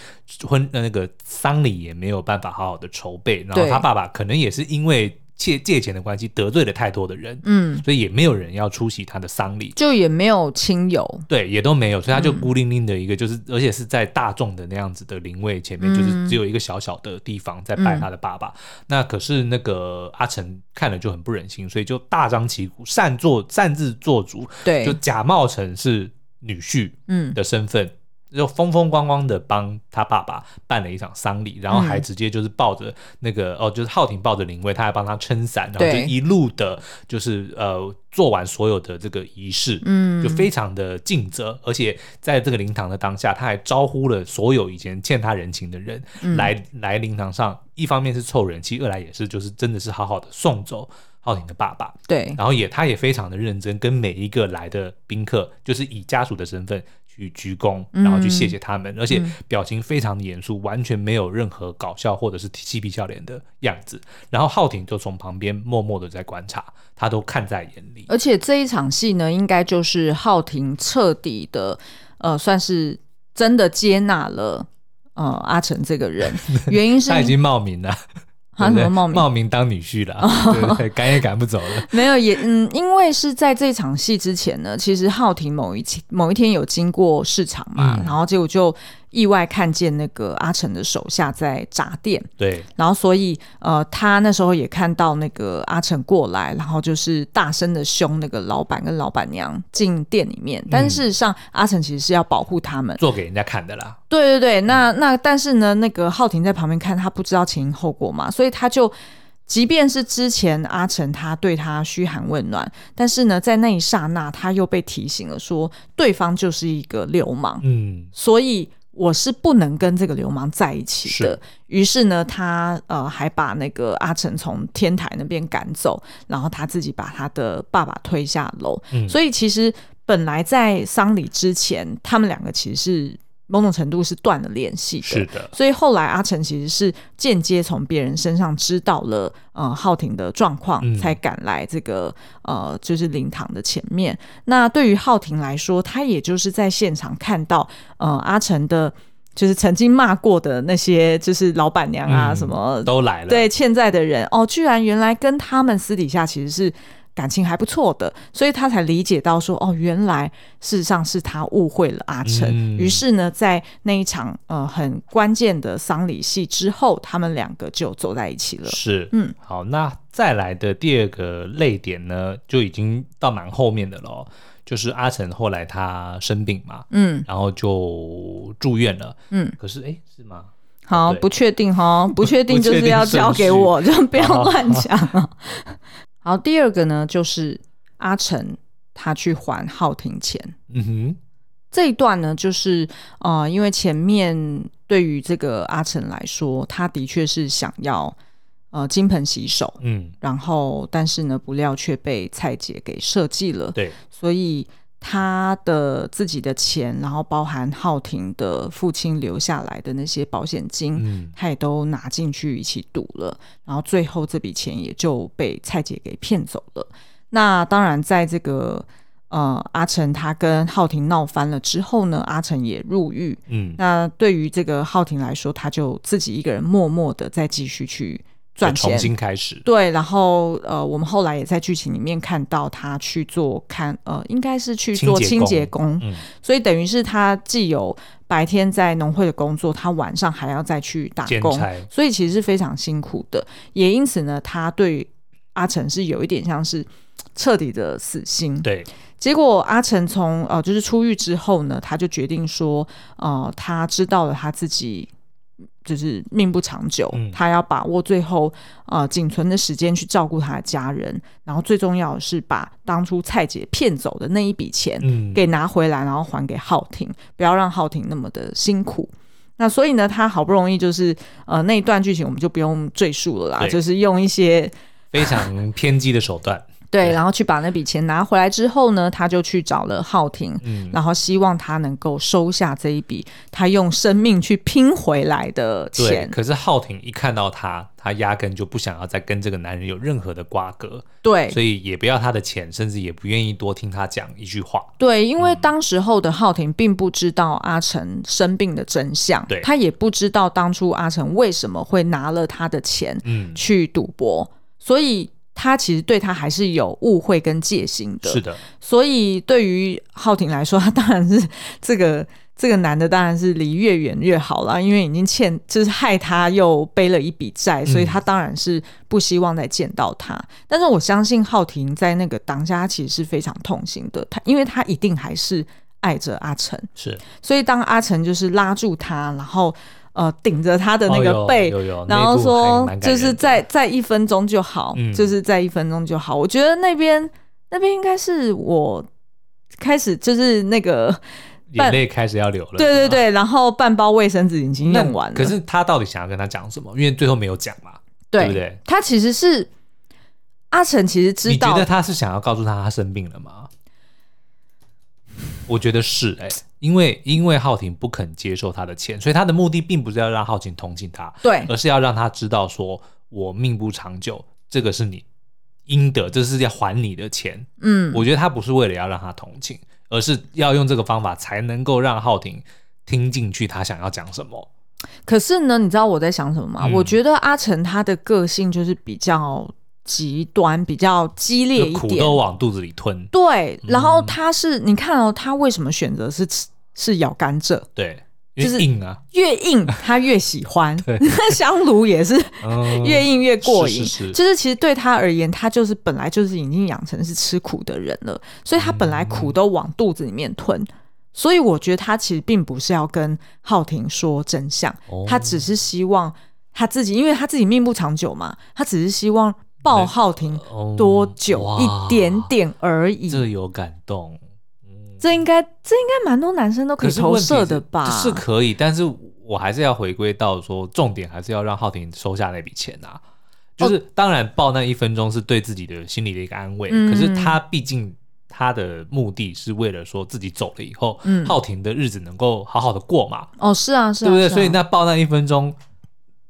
Speaker 1: 婚呃那个丧礼也没有办法好好的筹备，然后
Speaker 2: 对
Speaker 1: 他爸爸可能也是因为借借钱的关系得罪了太多的人，
Speaker 2: 嗯，
Speaker 1: 所以也没有人要出席他的丧礼，
Speaker 2: 就也没有亲友，
Speaker 1: 对，也都没有，所以他就孤零零的一个，就是、而且是在大众的那样子的灵位前面，就是只有一个小小的地方在拜他的爸爸。那可是那个阿成看了就很不忍心，所以就大张旗鼓擅作擅自做主，就
Speaker 2: 对，
Speaker 1: 假冒成是女婿
Speaker 2: 嗯，
Speaker 1: 的身份。就风风光光的帮他爸爸办了一场丧礼，然后
Speaker 2: 嗯
Speaker 1: 还直接就是抱着那个、哦，就是浩廷抱着林威，他还帮他撑伞，然后就
Speaker 2: 对
Speaker 1: 一路的，就是呃做完所有的这个仪式，
Speaker 2: 嗯
Speaker 1: 就非常的尽责，而且在这个灵堂的当下，他还招呼了所有以前欠他人情的人、
Speaker 2: 嗯
Speaker 1: 来来灵堂上，一方面是凑人气，二来也是就是真的是好好的送走浩廷的爸爸，
Speaker 2: 对，
Speaker 1: 然后也他也非常的认真，跟每一个来的宾客，就是以家属的身份去鞠躬，然后去谢谢他
Speaker 2: 嗯
Speaker 1: 们，而且表情非常的严肃，完全没有任何搞笑或者是嬉皮笑脸的样子。然后浩廷就从旁边默默的在观察，他都看在眼里。
Speaker 2: 而且这一场戏呢，应该就是浩廷彻底的，呃，算是真的接纳了。呃，阿成这 个人，原因是
Speaker 1: 他已经冒名了，
Speaker 2: 啊
Speaker 1: 对不对
Speaker 2: 什么冒名哦
Speaker 1: 冒名当女婿了，对不对？赶也赶不走了。
Speaker 2: 没有也嗯，因为是在这场戏之前呢，其实浩廷某一期某一天有经过市场嘛，
Speaker 1: 嗯
Speaker 2: 然后结果就意外看见那个阿成的手下在砸店，
Speaker 1: 对，
Speaker 2: 然后所以呃，他那时候也看到那个阿成过来，然后就是大声的凶那个老板跟老板娘进店里面，但是事实上阿成其实是要保护他们，
Speaker 1: 做给人家看的啦。
Speaker 2: 对对对，那那但是呢，那个浩廷在旁边看，他不知道前因后果嘛，所以他就，即便是之前阿成他对他嘘寒问暖，但是呢，在那一刹那他又被提醒了说，对方就是一个流氓，
Speaker 1: 嗯，
Speaker 2: 所以我是不能跟这个流氓在一起的
Speaker 1: 是。
Speaker 2: 于是呢，他呃还把那个阿成从天台那边赶走，然后他自己把他的爸爸推下楼。
Speaker 1: 嗯
Speaker 2: 所以其实本来在丧礼之前，他们两个其实是某种程度是断了联系的。
Speaker 1: 是的，
Speaker 2: 所以后来阿成其实是间接从别人身上知道了呃浩廷的状况，
Speaker 1: 嗯
Speaker 2: 才赶来这个呃就是灵堂的前面。那对于浩廷来说，他也就是在现场看到呃阿成的，就是曾经骂过的那些就是老板娘啊、
Speaker 1: 嗯
Speaker 2: 什么
Speaker 1: 都来了，
Speaker 2: 对欠债的人哦，居然原来跟他们私底下其实是感情还不错的，所以他才理解到说哦，原来事实上是他误会了阿成。
Speaker 1: 嗯
Speaker 2: 于是呢，在那一场呃很关键的丧礼戏之后，他们两个就走在一起了。
Speaker 1: 是，
Speaker 2: 嗯，
Speaker 1: 好，那再来的第二个泪点呢，就已经到蛮后面的了哦，就是阿成后来他生病嘛，
Speaker 2: 嗯
Speaker 1: 然后就住院了，
Speaker 2: 嗯，
Speaker 1: 可是哎，是吗？
Speaker 2: 好，
Speaker 1: 对
Speaker 2: 不确定哈，不确定
Speaker 1: 不确
Speaker 2: 就是
Speaker 1: 定
Speaker 2: 要
Speaker 1: 顺
Speaker 2: 交给
Speaker 1: 序
Speaker 2: 我，就不要
Speaker 1: 好
Speaker 2: 乱讲哦。 好，第二个呢，就是阿成他去还浩庭钱。
Speaker 1: 嗯哼，
Speaker 2: 这一段呢，就是呃，因为前面对于这个阿成来说，他的确是想要呃金盆洗手，
Speaker 1: 嗯，
Speaker 2: 然后但是呢，不料却被蔡姐给设计了，
Speaker 1: 对，
Speaker 2: 所以他的自己的钱，然后包含浩廷的父亲留下来的那些保险金，
Speaker 1: 嗯，
Speaker 2: 他也都拿进去一起赌了，然后最后这笔钱也就被蔡姐给骗走了。那当然，在这个呃阿成他跟浩廷闹翻了之后呢，阿成也入狱。
Speaker 1: 嗯，
Speaker 2: 那对于这个浩廷来说，他就自己一个人默默的再继续去赚
Speaker 1: 就
Speaker 2: 钱
Speaker 1: 重，新开始，
Speaker 2: 对，然后呃，我们后来也在剧情里面看到他去做看呃，应该是去做
Speaker 1: 清洁
Speaker 2: 清
Speaker 1: 工
Speaker 2: 洁工，
Speaker 1: 嗯
Speaker 2: 所以等于是他既有白天在农会的工作，他晚上还要再去打
Speaker 1: 兼
Speaker 2: 工
Speaker 1: 差，
Speaker 2: 所以其实是非常辛苦的。也因此呢，他对阿成是有一点像是彻底的死心。
Speaker 1: 对，
Speaker 2: 结果阿成从呃就是出狱之后呢，他就决定说，呃，他知道了他自己就是命不长久，
Speaker 1: 嗯
Speaker 2: 他要把握最后呃仅存的时间去照顾他的家人，然后最重要的是把当初蔡姐骗走的那一笔钱
Speaker 1: 嗯，
Speaker 2: 给拿回来，然后还给浩廷，不要让浩廷那么的辛苦。那所以呢，他好不容易就是呃那一段剧情我们就不用赘述了啦，
Speaker 1: 对
Speaker 2: 就是用一些
Speaker 1: 非常偏激的手 段，
Speaker 2: 对，
Speaker 1: 对
Speaker 2: 然后去把那笔钱拿回来之后呢，他就去找了浩廷，
Speaker 1: 嗯
Speaker 2: 然后希望他能够收下这一笔他用生命去拼回来的
Speaker 1: 对。
Speaker 2: 钱。
Speaker 1: 可是浩廷一看到他，他压根就不想要再跟这个男人有任何的瓜葛，
Speaker 2: 对
Speaker 1: 所以也不要他的钱，甚至也不愿意多听他讲一句话。
Speaker 2: 对，因
Speaker 1: 嗯
Speaker 2: 为当时候的浩廷并不知道阿成生病的真相
Speaker 1: 对，
Speaker 2: 他也不知道当初阿成为什么会拿了他的钱
Speaker 1: 嗯，
Speaker 2: 去赌博，所以他其实对他还是有误会跟戒心的。
Speaker 1: 是的，
Speaker 2: 所以对于浩廷来说，他当然是这个这个男的当然是离越远越好啦，因为已经欠就是害他又背了一笔债，所以他当然是不希望再见到他。但是我相信浩廷在那个当下，他其实是非常痛心的，他因为他一定还是爱着阿成，
Speaker 1: 是
Speaker 2: 所以当阿成就是拉住他，然后呃顶着他的那个背，
Speaker 1: 哦有有有
Speaker 2: 然后
Speaker 1: 那一部还
Speaker 2: 说
Speaker 1: 蛮感
Speaker 2: 就是
Speaker 1: 人的
Speaker 2: 再再一分钟就好，
Speaker 1: 嗯
Speaker 2: 就是再一分钟就好。我觉得那边那边应该是我开始就是那个
Speaker 1: 眼泪开始要流了。
Speaker 2: 对对
Speaker 1: 是吗，
Speaker 2: 对，然后半包卫生纸已经
Speaker 1: 啊那
Speaker 2: 用完了，
Speaker 1: 可是他到底想要跟他讲什么？因为最后没有讲嘛，
Speaker 2: 对
Speaker 1: 对不对？
Speaker 2: 他其实是阿成其实知
Speaker 1: 你觉
Speaker 2: 道
Speaker 1: 得他是想要告诉他他生病了吗？我觉得是哎、因为因为浩廷不肯接受他的钱，所以他的目的并不是要让浩廷同情他，
Speaker 2: 对
Speaker 1: 而是要让他知道说我命不长久，这个是你应得，这是要还你的钱。
Speaker 2: 嗯
Speaker 1: 我觉得他不是为了要让他同情，而是要用这个方法才能够让浩廷听进去他想要讲什么。
Speaker 2: 可是呢，你知道我在想什么吗？
Speaker 1: 嗯
Speaker 2: 我觉得阿成他的个性就是比较极端、比较激烈一
Speaker 1: 就苦嗯
Speaker 2: 点，
Speaker 1: 都往肚子里吞。
Speaker 2: 对。然后他是，你看哦，他为什么选择是吃是咬甘蔗？
Speaker 1: 对，
Speaker 2: 就
Speaker 1: 就是是硬啊，
Speaker 2: 越硬他越喜欢， 香炉也是
Speaker 1: 嗯
Speaker 2: 越硬越过
Speaker 1: 是
Speaker 2: 瘾。
Speaker 1: 是是
Speaker 2: 就是其实对他而言，他就是本来就是已经养成是吃苦的人了，所以他本来苦都往肚子里面吞。所以我觉得他其实并不是要跟浩廷说真相，
Speaker 1: 哦
Speaker 2: 他只是希望他自己，因为他自己命不长久嘛，他只是希望抱浩廷
Speaker 1: 哦
Speaker 2: 多久一点，
Speaker 1: 哇
Speaker 2: 点而已。
Speaker 1: 这有感动，
Speaker 2: 这应该这应该蛮多男生都以
Speaker 1: 是
Speaker 2: 投
Speaker 1: 问题
Speaker 2: 射
Speaker 1: 是
Speaker 2: 的吧？
Speaker 1: 是可以，但是我还是要回归到说，重点还是要让浩廷收下那笔钱啊。就是、
Speaker 2: 哦
Speaker 1: 当然报那一分钟是对自己的心理的一个安慰，
Speaker 2: 嗯
Speaker 1: 可是他毕竟他的目的是为了说自己走了以后，
Speaker 2: 嗯
Speaker 1: 浩廷的日子能够好好的过嘛，
Speaker 2: 哦，是啊，是啊，
Speaker 1: 对不对？
Speaker 2: 是啊
Speaker 1: 所以那报那一分钟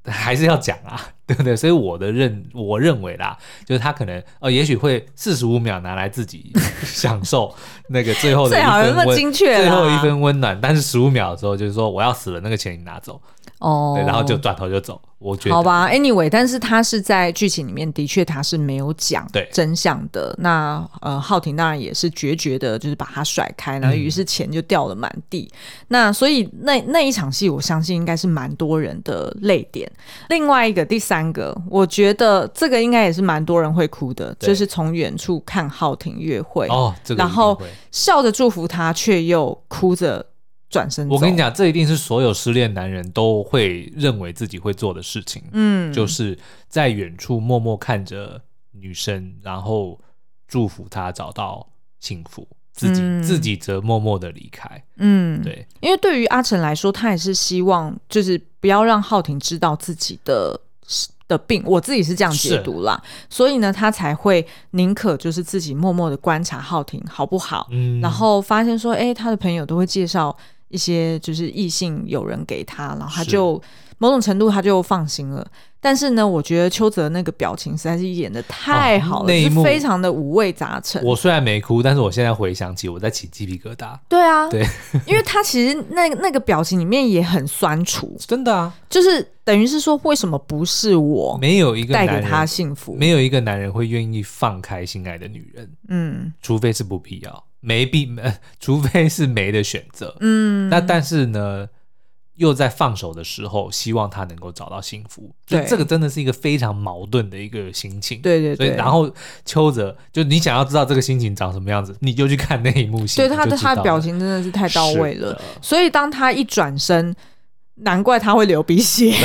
Speaker 1: 还是要讲啊， 对不对？所以我的认我认为啦，就是他可能呃，也许会四十五秒拿来自己享 受那个最后的
Speaker 2: 最
Speaker 1: 一
Speaker 2: 好有
Speaker 1: 分
Speaker 2: 那么
Speaker 1: 温，
Speaker 2: 精确啦
Speaker 1: 最后一分温暖，但是十五秒的时候就是说我要死了，那个钱你拿走，
Speaker 2: 哦，
Speaker 1: 对，然后就转头就走。我觉得
Speaker 2: 好吧，anyway，但是他是在剧情里面的确他是没有讲
Speaker 1: 对
Speaker 2: 真相的。那呃，浩廷当然也是决绝的，就是把他甩开，
Speaker 1: 嗯
Speaker 2: 然后于是钱就掉了满地。那所以那那一场戏，我相信应该是蛮多人的泪点。另外一个第三个，我觉得这个应该也是蛮多人会哭的，
Speaker 1: 对
Speaker 2: 就是从远处看浩廷约会，
Speaker 1: 哦，这个
Speaker 2: 然
Speaker 1: 一定
Speaker 2: 后
Speaker 1: 会
Speaker 2: 笑着祝福他，却又哭着转身走。
Speaker 1: 我跟你，讲，这一定是所有失恋男人都会认为自己会做的事情。
Speaker 2: 嗯，
Speaker 1: 就是在远处默默看着女生，然后祝福她找到幸福，自己、
Speaker 2: 嗯
Speaker 1: 自己则默默的离开。
Speaker 2: 嗯，
Speaker 1: 对，
Speaker 2: 因为对于阿成来说，他也是希望就是不要让浩廷知道自己的的病，我自己是这样解读啦，所以呢，他才会宁可就是自己默默的观察浩廷好不好，
Speaker 1: 嗯
Speaker 2: 然后发现说，哎、他的朋友都会介绍一些就是异性友人给他，然后他
Speaker 1: 是
Speaker 2: 就某种程度他就放心了。但是呢，我觉得邱泽那个表情实在是演的太好了，
Speaker 1: 那一
Speaker 2: 就是
Speaker 1: 哦幕
Speaker 2: 非常的五味杂
Speaker 1: 嗯
Speaker 2: 陈。
Speaker 1: 我虽然没哭，但是我现在回想起，我在起鸡皮疙瘩。
Speaker 2: 对啊，
Speaker 1: 对，
Speaker 2: 因为他其实那那个表情里面也很酸楚，
Speaker 1: 真的啊，
Speaker 2: 就是等于是说，为什么不是我
Speaker 1: 没有一个
Speaker 2: 带
Speaker 1: 男
Speaker 2: 给他
Speaker 1: 人，
Speaker 2: 幸福？
Speaker 1: 没有一个男人会愿意放开心爱的女人，
Speaker 2: 嗯
Speaker 1: 除非是不必要，没必， 呃、除非是没的选择。
Speaker 2: 嗯，
Speaker 1: 那但是呢，又在放手的时候，希望他能够找到幸福。就
Speaker 2: 对
Speaker 1: 这个真的是一个非常矛盾的一个心情。
Speaker 2: 对对
Speaker 1: 所以
Speaker 2: 对
Speaker 1: 然后邱泽，就你想要知道这个心情长什么样子，你就去看那一幕戏，
Speaker 2: 对他
Speaker 1: 你
Speaker 2: 对
Speaker 1: 就知道
Speaker 2: 他的
Speaker 1: 了
Speaker 2: 表情真的是太到位
Speaker 1: 是
Speaker 2: 了
Speaker 1: 的。
Speaker 2: 所以当他一转身，难怪他会流 鼻血，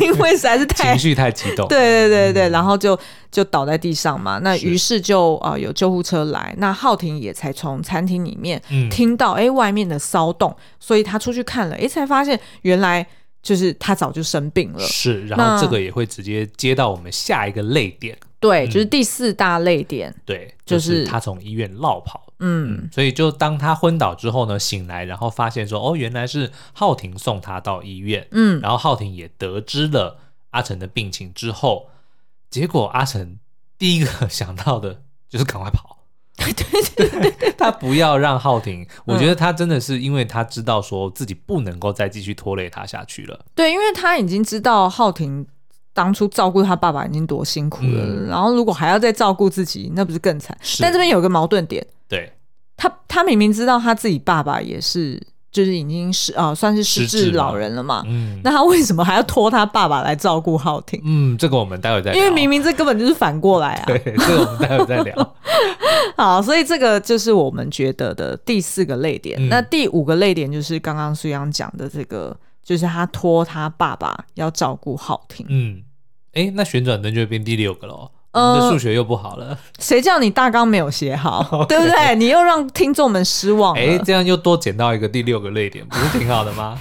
Speaker 2: 因为实在是太
Speaker 1: 情。绪太激动。
Speaker 2: 对对对对，然后就就倒在地上嘛。那
Speaker 1: 是
Speaker 2: 于是就呃有救护车来，那浩廷也才从餐厅里面
Speaker 1: 嗯
Speaker 2: 听到哎、诶外面的骚动，所以他出去看了，哎、才发现原来就是他早就生病了。
Speaker 1: 是，然
Speaker 2: 那
Speaker 1: 后这个也会直接接到我们下一个泪点，
Speaker 2: 对，就是第四大泪点。
Speaker 1: 对，
Speaker 2: 就
Speaker 1: 就是是他从医院落跑。
Speaker 2: 嗯
Speaker 1: 嗯，所以就当他昏倒之后呢，醒来，然后发现说，哦，原来是浩廷送他到医院，
Speaker 2: 嗯，
Speaker 1: 然后浩廷也得知了阿成的病情之后，结果阿成第一个 想到的就是赶快 跑。对对 对，他不要让浩廷，我
Speaker 2: 嗯
Speaker 1: 觉得他真的是因为他知道说自己不能够再继续拖累他下去了。
Speaker 2: 对，因为他已经知道浩廷当初照顾他爸爸已经多辛苦了，
Speaker 1: 嗯
Speaker 2: 然后如果还要再照顾自己，那不是更惨？
Speaker 1: 是
Speaker 2: 但这边有个矛盾点，
Speaker 1: 对，
Speaker 2: 他他明明知道他自己爸爸也是，就是已经是呃算是
Speaker 1: 失
Speaker 2: 失
Speaker 1: 智嘛
Speaker 2: 智老人了嘛，
Speaker 1: 嗯
Speaker 2: 那他为什么还要拖他爸爸来照顾浩廷？
Speaker 1: 嗯，这个我们待会再聊，
Speaker 2: 因为明明这根本就是反过来啊！
Speaker 1: 对，这个我们待会再聊。
Speaker 2: 好，所以这个就是我们觉得的第四个泪点。
Speaker 1: 嗯
Speaker 2: 那第五个泪点就是刚刚苏央讲的这个，就是他托他爸爸要照顾浩廷。
Speaker 1: 嗯，哎，那旋转灯就会变第六个喽。我
Speaker 2: 呃
Speaker 1: 们的数学又不好了，
Speaker 2: 谁叫你大纲没有写 好，对不对？你又让听众们失望
Speaker 1: 哎，
Speaker 2: 了。
Speaker 1: 这样又多捡到一个第六个泪点，不是挺好的吗？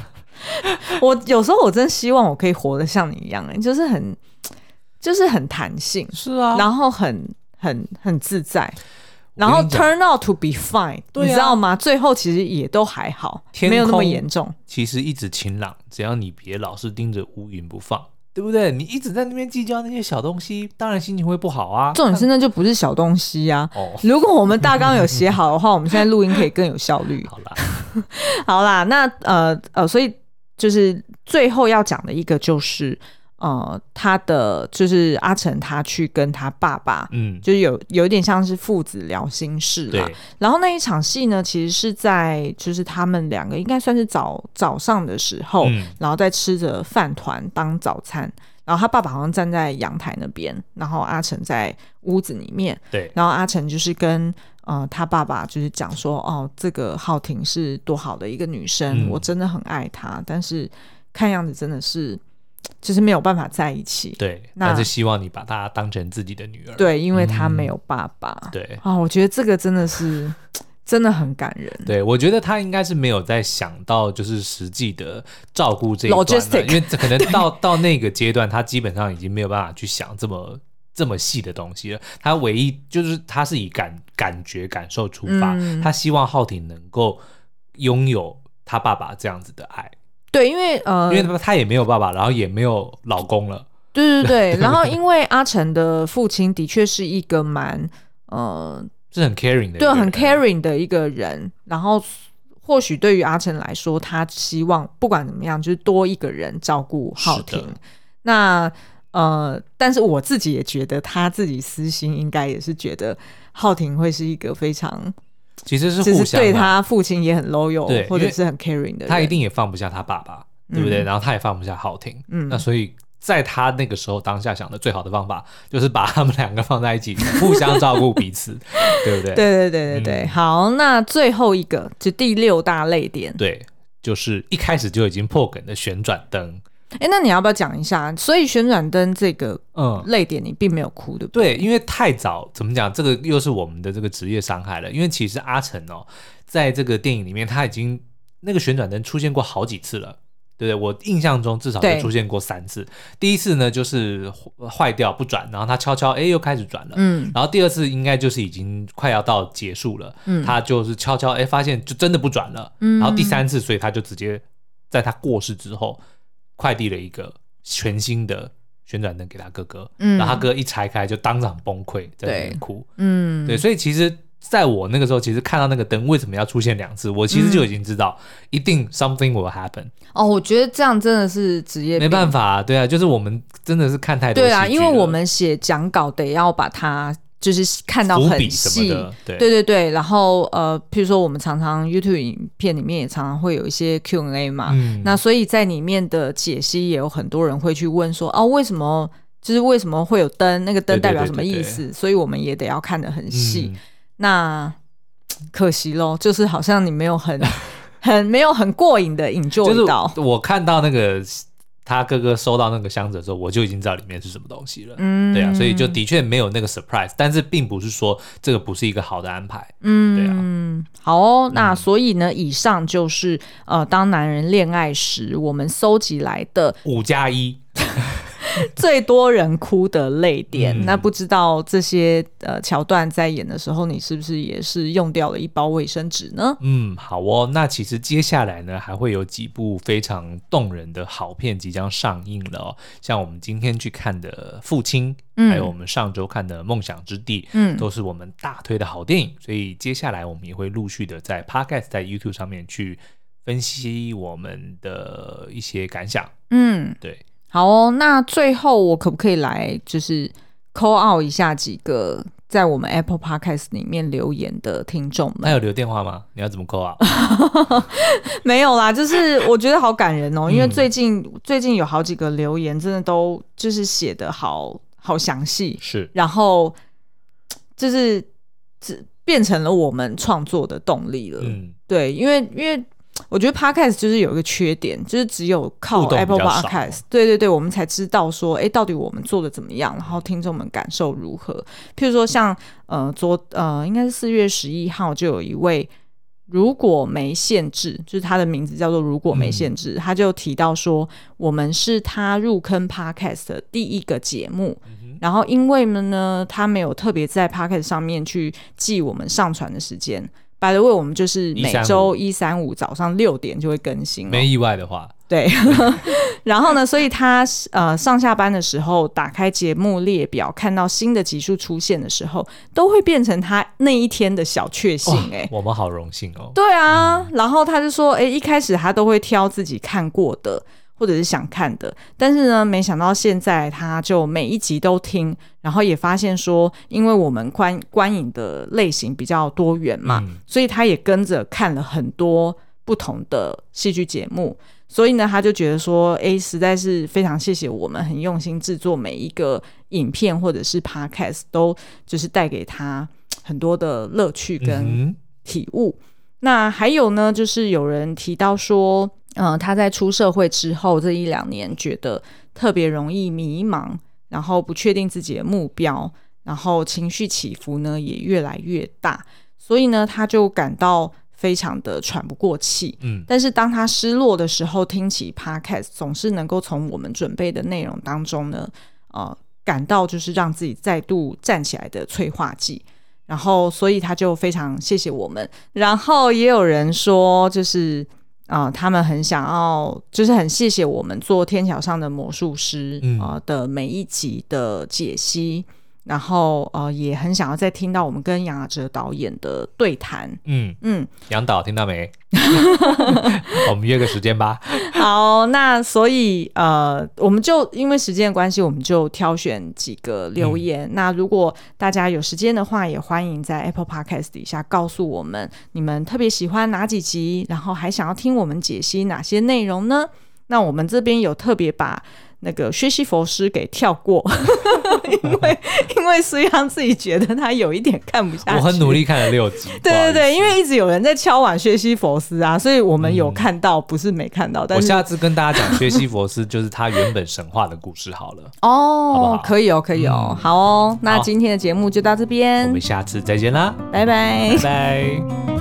Speaker 2: 我有时候我真希望我可以活得像你一样、哎，就是很， 就是很弹性，
Speaker 1: 是啊
Speaker 2: 然后很很很自在，
Speaker 1: 我跟
Speaker 2: 然后
Speaker 1: 你讲
Speaker 2: turn out to be fine，、
Speaker 1: 对啊
Speaker 2: 你知道吗？最后其实也都还好，
Speaker 1: 天空
Speaker 2: 没有那么严重。
Speaker 1: 其实一直晴朗，只要你别老是盯着乌云不放，对不对？你一直在那边计较那些小东西，当然心情会不好啊。
Speaker 2: 重点是那就不是小东西呀、啊。
Speaker 1: 哦，
Speaker 2: 如果我们大纲有写好的话，我们现在录音可以更有效率。
Speaker 1: 好啦，
Speaker 2: 好啦，那呃呃，所以就是最后要讲的一个就是呃，他的就是阿成他去跟他爸爸，
Speaker 1: 嗯，
Speaker 2: 就是有有一点像是父子聊心事啦
Speaker 1: 对。，
Speaker 2: 然后那一场戏呢，其实是在就是他们两个应该算是早早上的时候，
Speaker 1: 嗯
Speaker 2: 然后在吃着饭团当早餐。然后他爸爸好像站在阳台那边，然后阿成在屋子里面，
Speaker 1: 对，
Speaker 2: 然后阿成就是跟呃他爸爸就是讲说，哦，这个浩婷是多好的一个女生，
Speaker 1: 嗯
Speaker 2: 我真的很爱她，但是看样子真的是就是没有办法在一起，
Speaker 1: 对。
Speaker 2: 那
Speaker 1: 但是希望你把她当成自己的女儿。嗯
Speaker 2: 对，因为她没有爸爸，
Speaker 1: 对
Speaker 2: 啊、我觉得这个真的是真的很感人。
Speaker 1: 对，我觉得他应该是没有在想到就是实际的照顾这一段啊
Speaker 2: Logistic
Speaker 1: 因为这可能到到那个阶段，他基本上已经没有办法去想这么这么细的东西了。他唯一就是他是以感感觉感受出发，
Speaker 2: 嗯
Speaker 1: 他希望浩廷能够拥有他爸爸这样子的爱，
Speaker 2: 对，因为呃，
Speaker 1: 因为他也没有爸爸，然后也没有老公了。
Speaker 2: 对 对对，然后因为阿成的父亲的确是一个蛮呃，
Speaker 1: 是很 caring 的一个
Speaker 2: 对，
Speaker 1: 人，啊
Speaker 2: 很 caring 的一个人。然后或许对于阿成来说，他希望不管怎么样，就是多一个人照顾浩
Speaker 1: 是
Speaker 2: 庭
Speaker 1: 的。
Speaker 2: 那呃，但是我自己也觉得，他自己私心应该也是觉得浩庭会是一个非常，
Speaker 1: 其实是
Speaker 2: 就
Speaker 1: 互
Speaker 2: 是
Speaker 1: 相
Speaker 2: 对
Speaker 1: 的
Speaker 2: 他父亲也很 loyal，
Speaker 1: 对
Speaker 2: 或者
Speaker 1: 因为
Speaker 2: 是很 caring 的人。
Speaker 1: 他一定也放不下他爸爸，对不对？然后他也放不下浩廷，
Speaker 2: 嗯
Speaker 1: 那所以在他那个时候当下想的最好的方法，就是把他们两个放在一起，互相照顾彼此，对不对？
Speaker 2: 对对对对
Speaker 1: 嗯
Speaker 2: 对。好，那最后一个就第六大泪点，
Speaker 1: 对就是一开始就已经破梗的旋转灯，
Speaker 2: 哎，那你要不要讲一下？所以旋转灯这个
Speaker 1: 嗯。
Speaker 2: 泪点，你并没有哭，对不对？
Speaker 1: 对，因为太早，怎么讲？这个又是我们的这个职业伤害了。因为其实阿成哦，在这个电影里面，他已经那个旋转灯出现过好几次了，对不对？我印象中至少
Speaker 2: 对
Speaker 1: 就出现过三次。第一次呢，就是坏掉不转，然后他悄悄哎又开始转了，
Speaker 2: 嗯
Speaker 1: 然后第二次应该就是已经快要到结束了，
Speaker 2: 嗯
Speaker 1: 他就是悄悄哎发现就真的不转了，
Speaker 2: 嗯
Speaker 1: 然后第三次，所以他就直接在他过世之后，快递了一个全新的旋转灯给他哥哥，
Speaker 2: 嗯
Speaker 1: 然后他哥一拆开就当场崩溃，在那边哭，
Speaker 2: 嗯，
Speaker 1: 对，所以其实。在我那个时候，其实看到那个灯为什么要出现
Speaker 2: 嗯
Speaker 1: 两次，我其实就已经知道，一定 something will happen，
Speaker 2: 哦，我觉得这样真的是职业
Speaker 1: 没
Speaker 2: 病，
Speaker 1: 办法、啊，对啊，就是我们真的是看太多
Speaker 2: 对啊，
Speaker 1: 戏剧
Speaker 2: 因为
Speaker 1: 了
Speaker 2: 我们写讲稿得要把它就是看到
Speaker 1: 伏
Speaker 2: 很
Speaker 1: 笔什
Speaker 2: 细
Speaker 1: 么，的，对
Speaker 2: 对对对。然后呃，譬如说我们常常 YouTube 影片里面也常常会有一些 Q&A 嘛，
Speaker 1: 嗯
Speaker 2: 那所以在里面的解析也有很多人会去问说，哦，为什么？就是为什么会有灯？那个灯
Speaker 1: 对对
Speaker 2: 代表
Speaker 1: 对
Speaker 2: 什么
Speaker 1: 对对
Speaker 2: 意思？所以我们也得要看得很细。
Speaker 1: 嗯
Speaker 2: 那可惜喽，就是好像你没有很 很没有很过瘾的 enjoy 到。
Speaker 1: 就是我看到那个他哥哥收到那个箱子的时候，我就已经知道里面是什么东西了。
Speaker 2: 嗯
Speaker 1: 对啊，所以就的确没有那个 surprise，但是并不是说这个不是一个好的安排。对啊
Speaker 2: 嗯，好哦。那所以呢，以上就是呃，当男人恋爱时，我们搜集来的
Speaker 1: 五加一，
Speaker 2: 最多人哭的泪点。
Speaker 1: 嗯
Speaker 2: 那不知道这些呃桥段在演的时候，你是不是也是用掉了一包卫生纸呢？
Speaker 1: 嗯，好哦。那其实接下来呢，还会有几部非常动人的好片即将上映了哦，像我们今天去看的《父亲》，
Speaker 2: 嗯
Speaker 1: 还有我们上周看的《梦想之地》，
Speaker 2: 嗯
Speaker 1: 都是我们大推的好电影。所以接下来我们也会陆续的在 Podcast、在 YouTube 上面去分析我们的一些感想。
Speaker 2: 嗯，
Speaker 1: 对，
Speaker 2: 好哦，那最后我可不可以来就是 call out 一下几个在我们 Apple Podcast 里面留言的听众
Speaker 1: 那
Speaker 2: 们？
Speaker 1: 有留电话吗？你要怎么扣 啊？
Speaker 2: 没有啦，就是我觉得好感人哦，因为
Speaker 1: 嗯
Speaker 2: 最近、最近有好几个留言，真的都就是写的好好详细，
Speaker 1: 是，
Speaker 2: 然后就是只变成了我们创作的动力了。
Speaker 1: 嗯，
Speaker 2: 对，因为因为我觉得 podcast 就是有一个缺点，就是只有靠
Speaker 1: 互动比
Speaker 2: Apple
Speaker 1: 较少
Speaker 2: Podcast，对对对，我们才知道说，哎，到底我们做的怎么样，然后听众们感受如何。譬如说像呃昨呃应该是四月十一号就有一位。如果没限制，就是他的名字叫做“如果没
Speaker 1: 嗯
Speaker 2: 限制”，他就提到说，我们是他入坑 podcast 的第一个节目，然后因为呢，他没有特别在 Pocket 上面去记我们上传的时间。By the way，我们就是每周一三五早上六点就会更新、
Speaker 1: 没
Speaker 2: 哦。
Speaker 1: 意外的话，
Speaker 2: 对，然后呢，所以他呃上下班的时候打开节目列表，看到新的集数出现的时候，都会变成他那一天的小确幸、
Speaker 1: 哇
Speaker 2: 哎、
Speaker 1: 我们好荣幸哦。
Speaker 2: 对啊，然后他就说，哎、一开始他都会挑自己看过的或者是想看的，但是呢，没想到现在他就每一集都听，然后也发现说，因为我们观观影的类型比较多元嘛，
Speaker 1: 嗯
Speaker 2: 所以他也跟着看了很多不同的戏剧节目。所以呢，他就觉得说，哎、实在是非常谢谢我们很用心制作每一个影片或者是 podcast，都就是带给他很多的乐趣跟
Speaker 1: 嗯
Speaker 2: 体悟。那还有呢，就是有人提到说，嗯、他在出社会之后这一两年，觉得特别容易迷茫，然后不确定自己的目标，然后情绪起伏呢也越来越大。所以呢，他就感到非常的喘不过气。
Speaker 1: 嗯
Speaker 2: 但是当他失落的时候，听起 podcast 总是能够从我们准备的内容当中呢，呃，感到就是让自己再度站起来的催化剂。然后，所以他就非常谢谢我们。然后也有人说，就是啊、呃他们很想要，就是很谢谢我们做《天桥上的魔术师》
Speaker 1: 嗯
Speaker 2: 啊、呃的每一集的解析。然后呃，也很想要再听到我们跟杨雅哲导演的对谈。
Speaker 1: 嗯，
Speaker 2: 嗯，
Speaker 1: 杨导听到 没？ 我们约个时间吧。
Speaker 2: 好，那所以呃，我们就因为时间的关系，我们就挑选几个留
Speaker 1: 嗯
Speaker 2: 言。那如果大家有时间的话，也欢迎在 Apple Podcast 底下告诉我们你们特别喜欢哪几集，然后还想要听我们解析哪些内容呢？那我们这边有特别把那个薛西佛斯给跳过， 因为因为苏央自己觉得他有一点看不下去。
Speaker 1: 我很努力看了六集，
Speaker 2: 对 对
Speaker 1: 不好意嗯
Speaker 2: 对，因为一直有人在敲碗薛西佛斯啊，所以我们有看到，不是没看到，
Speaker 1: 思。
Speaker 2: 但
Speaker 1: 我
Speaker 2: 是
Speaker 1: 下次跟大家讲薛西佛斯，就是他原本神话的故事好了。
Speaker 2: 哦，
Speaker 1: 好不好
Speaker 2: 可以哦，可以哦，好哦，那
Speaker 1: 好
Speaker 2: 今天的节目就到这
Speaker 1: 我
Speaker 2: 边
Speaker 1: 们，下次再见啦，
Speaker 2: 拜拜。
Speaker 1: 拜拜。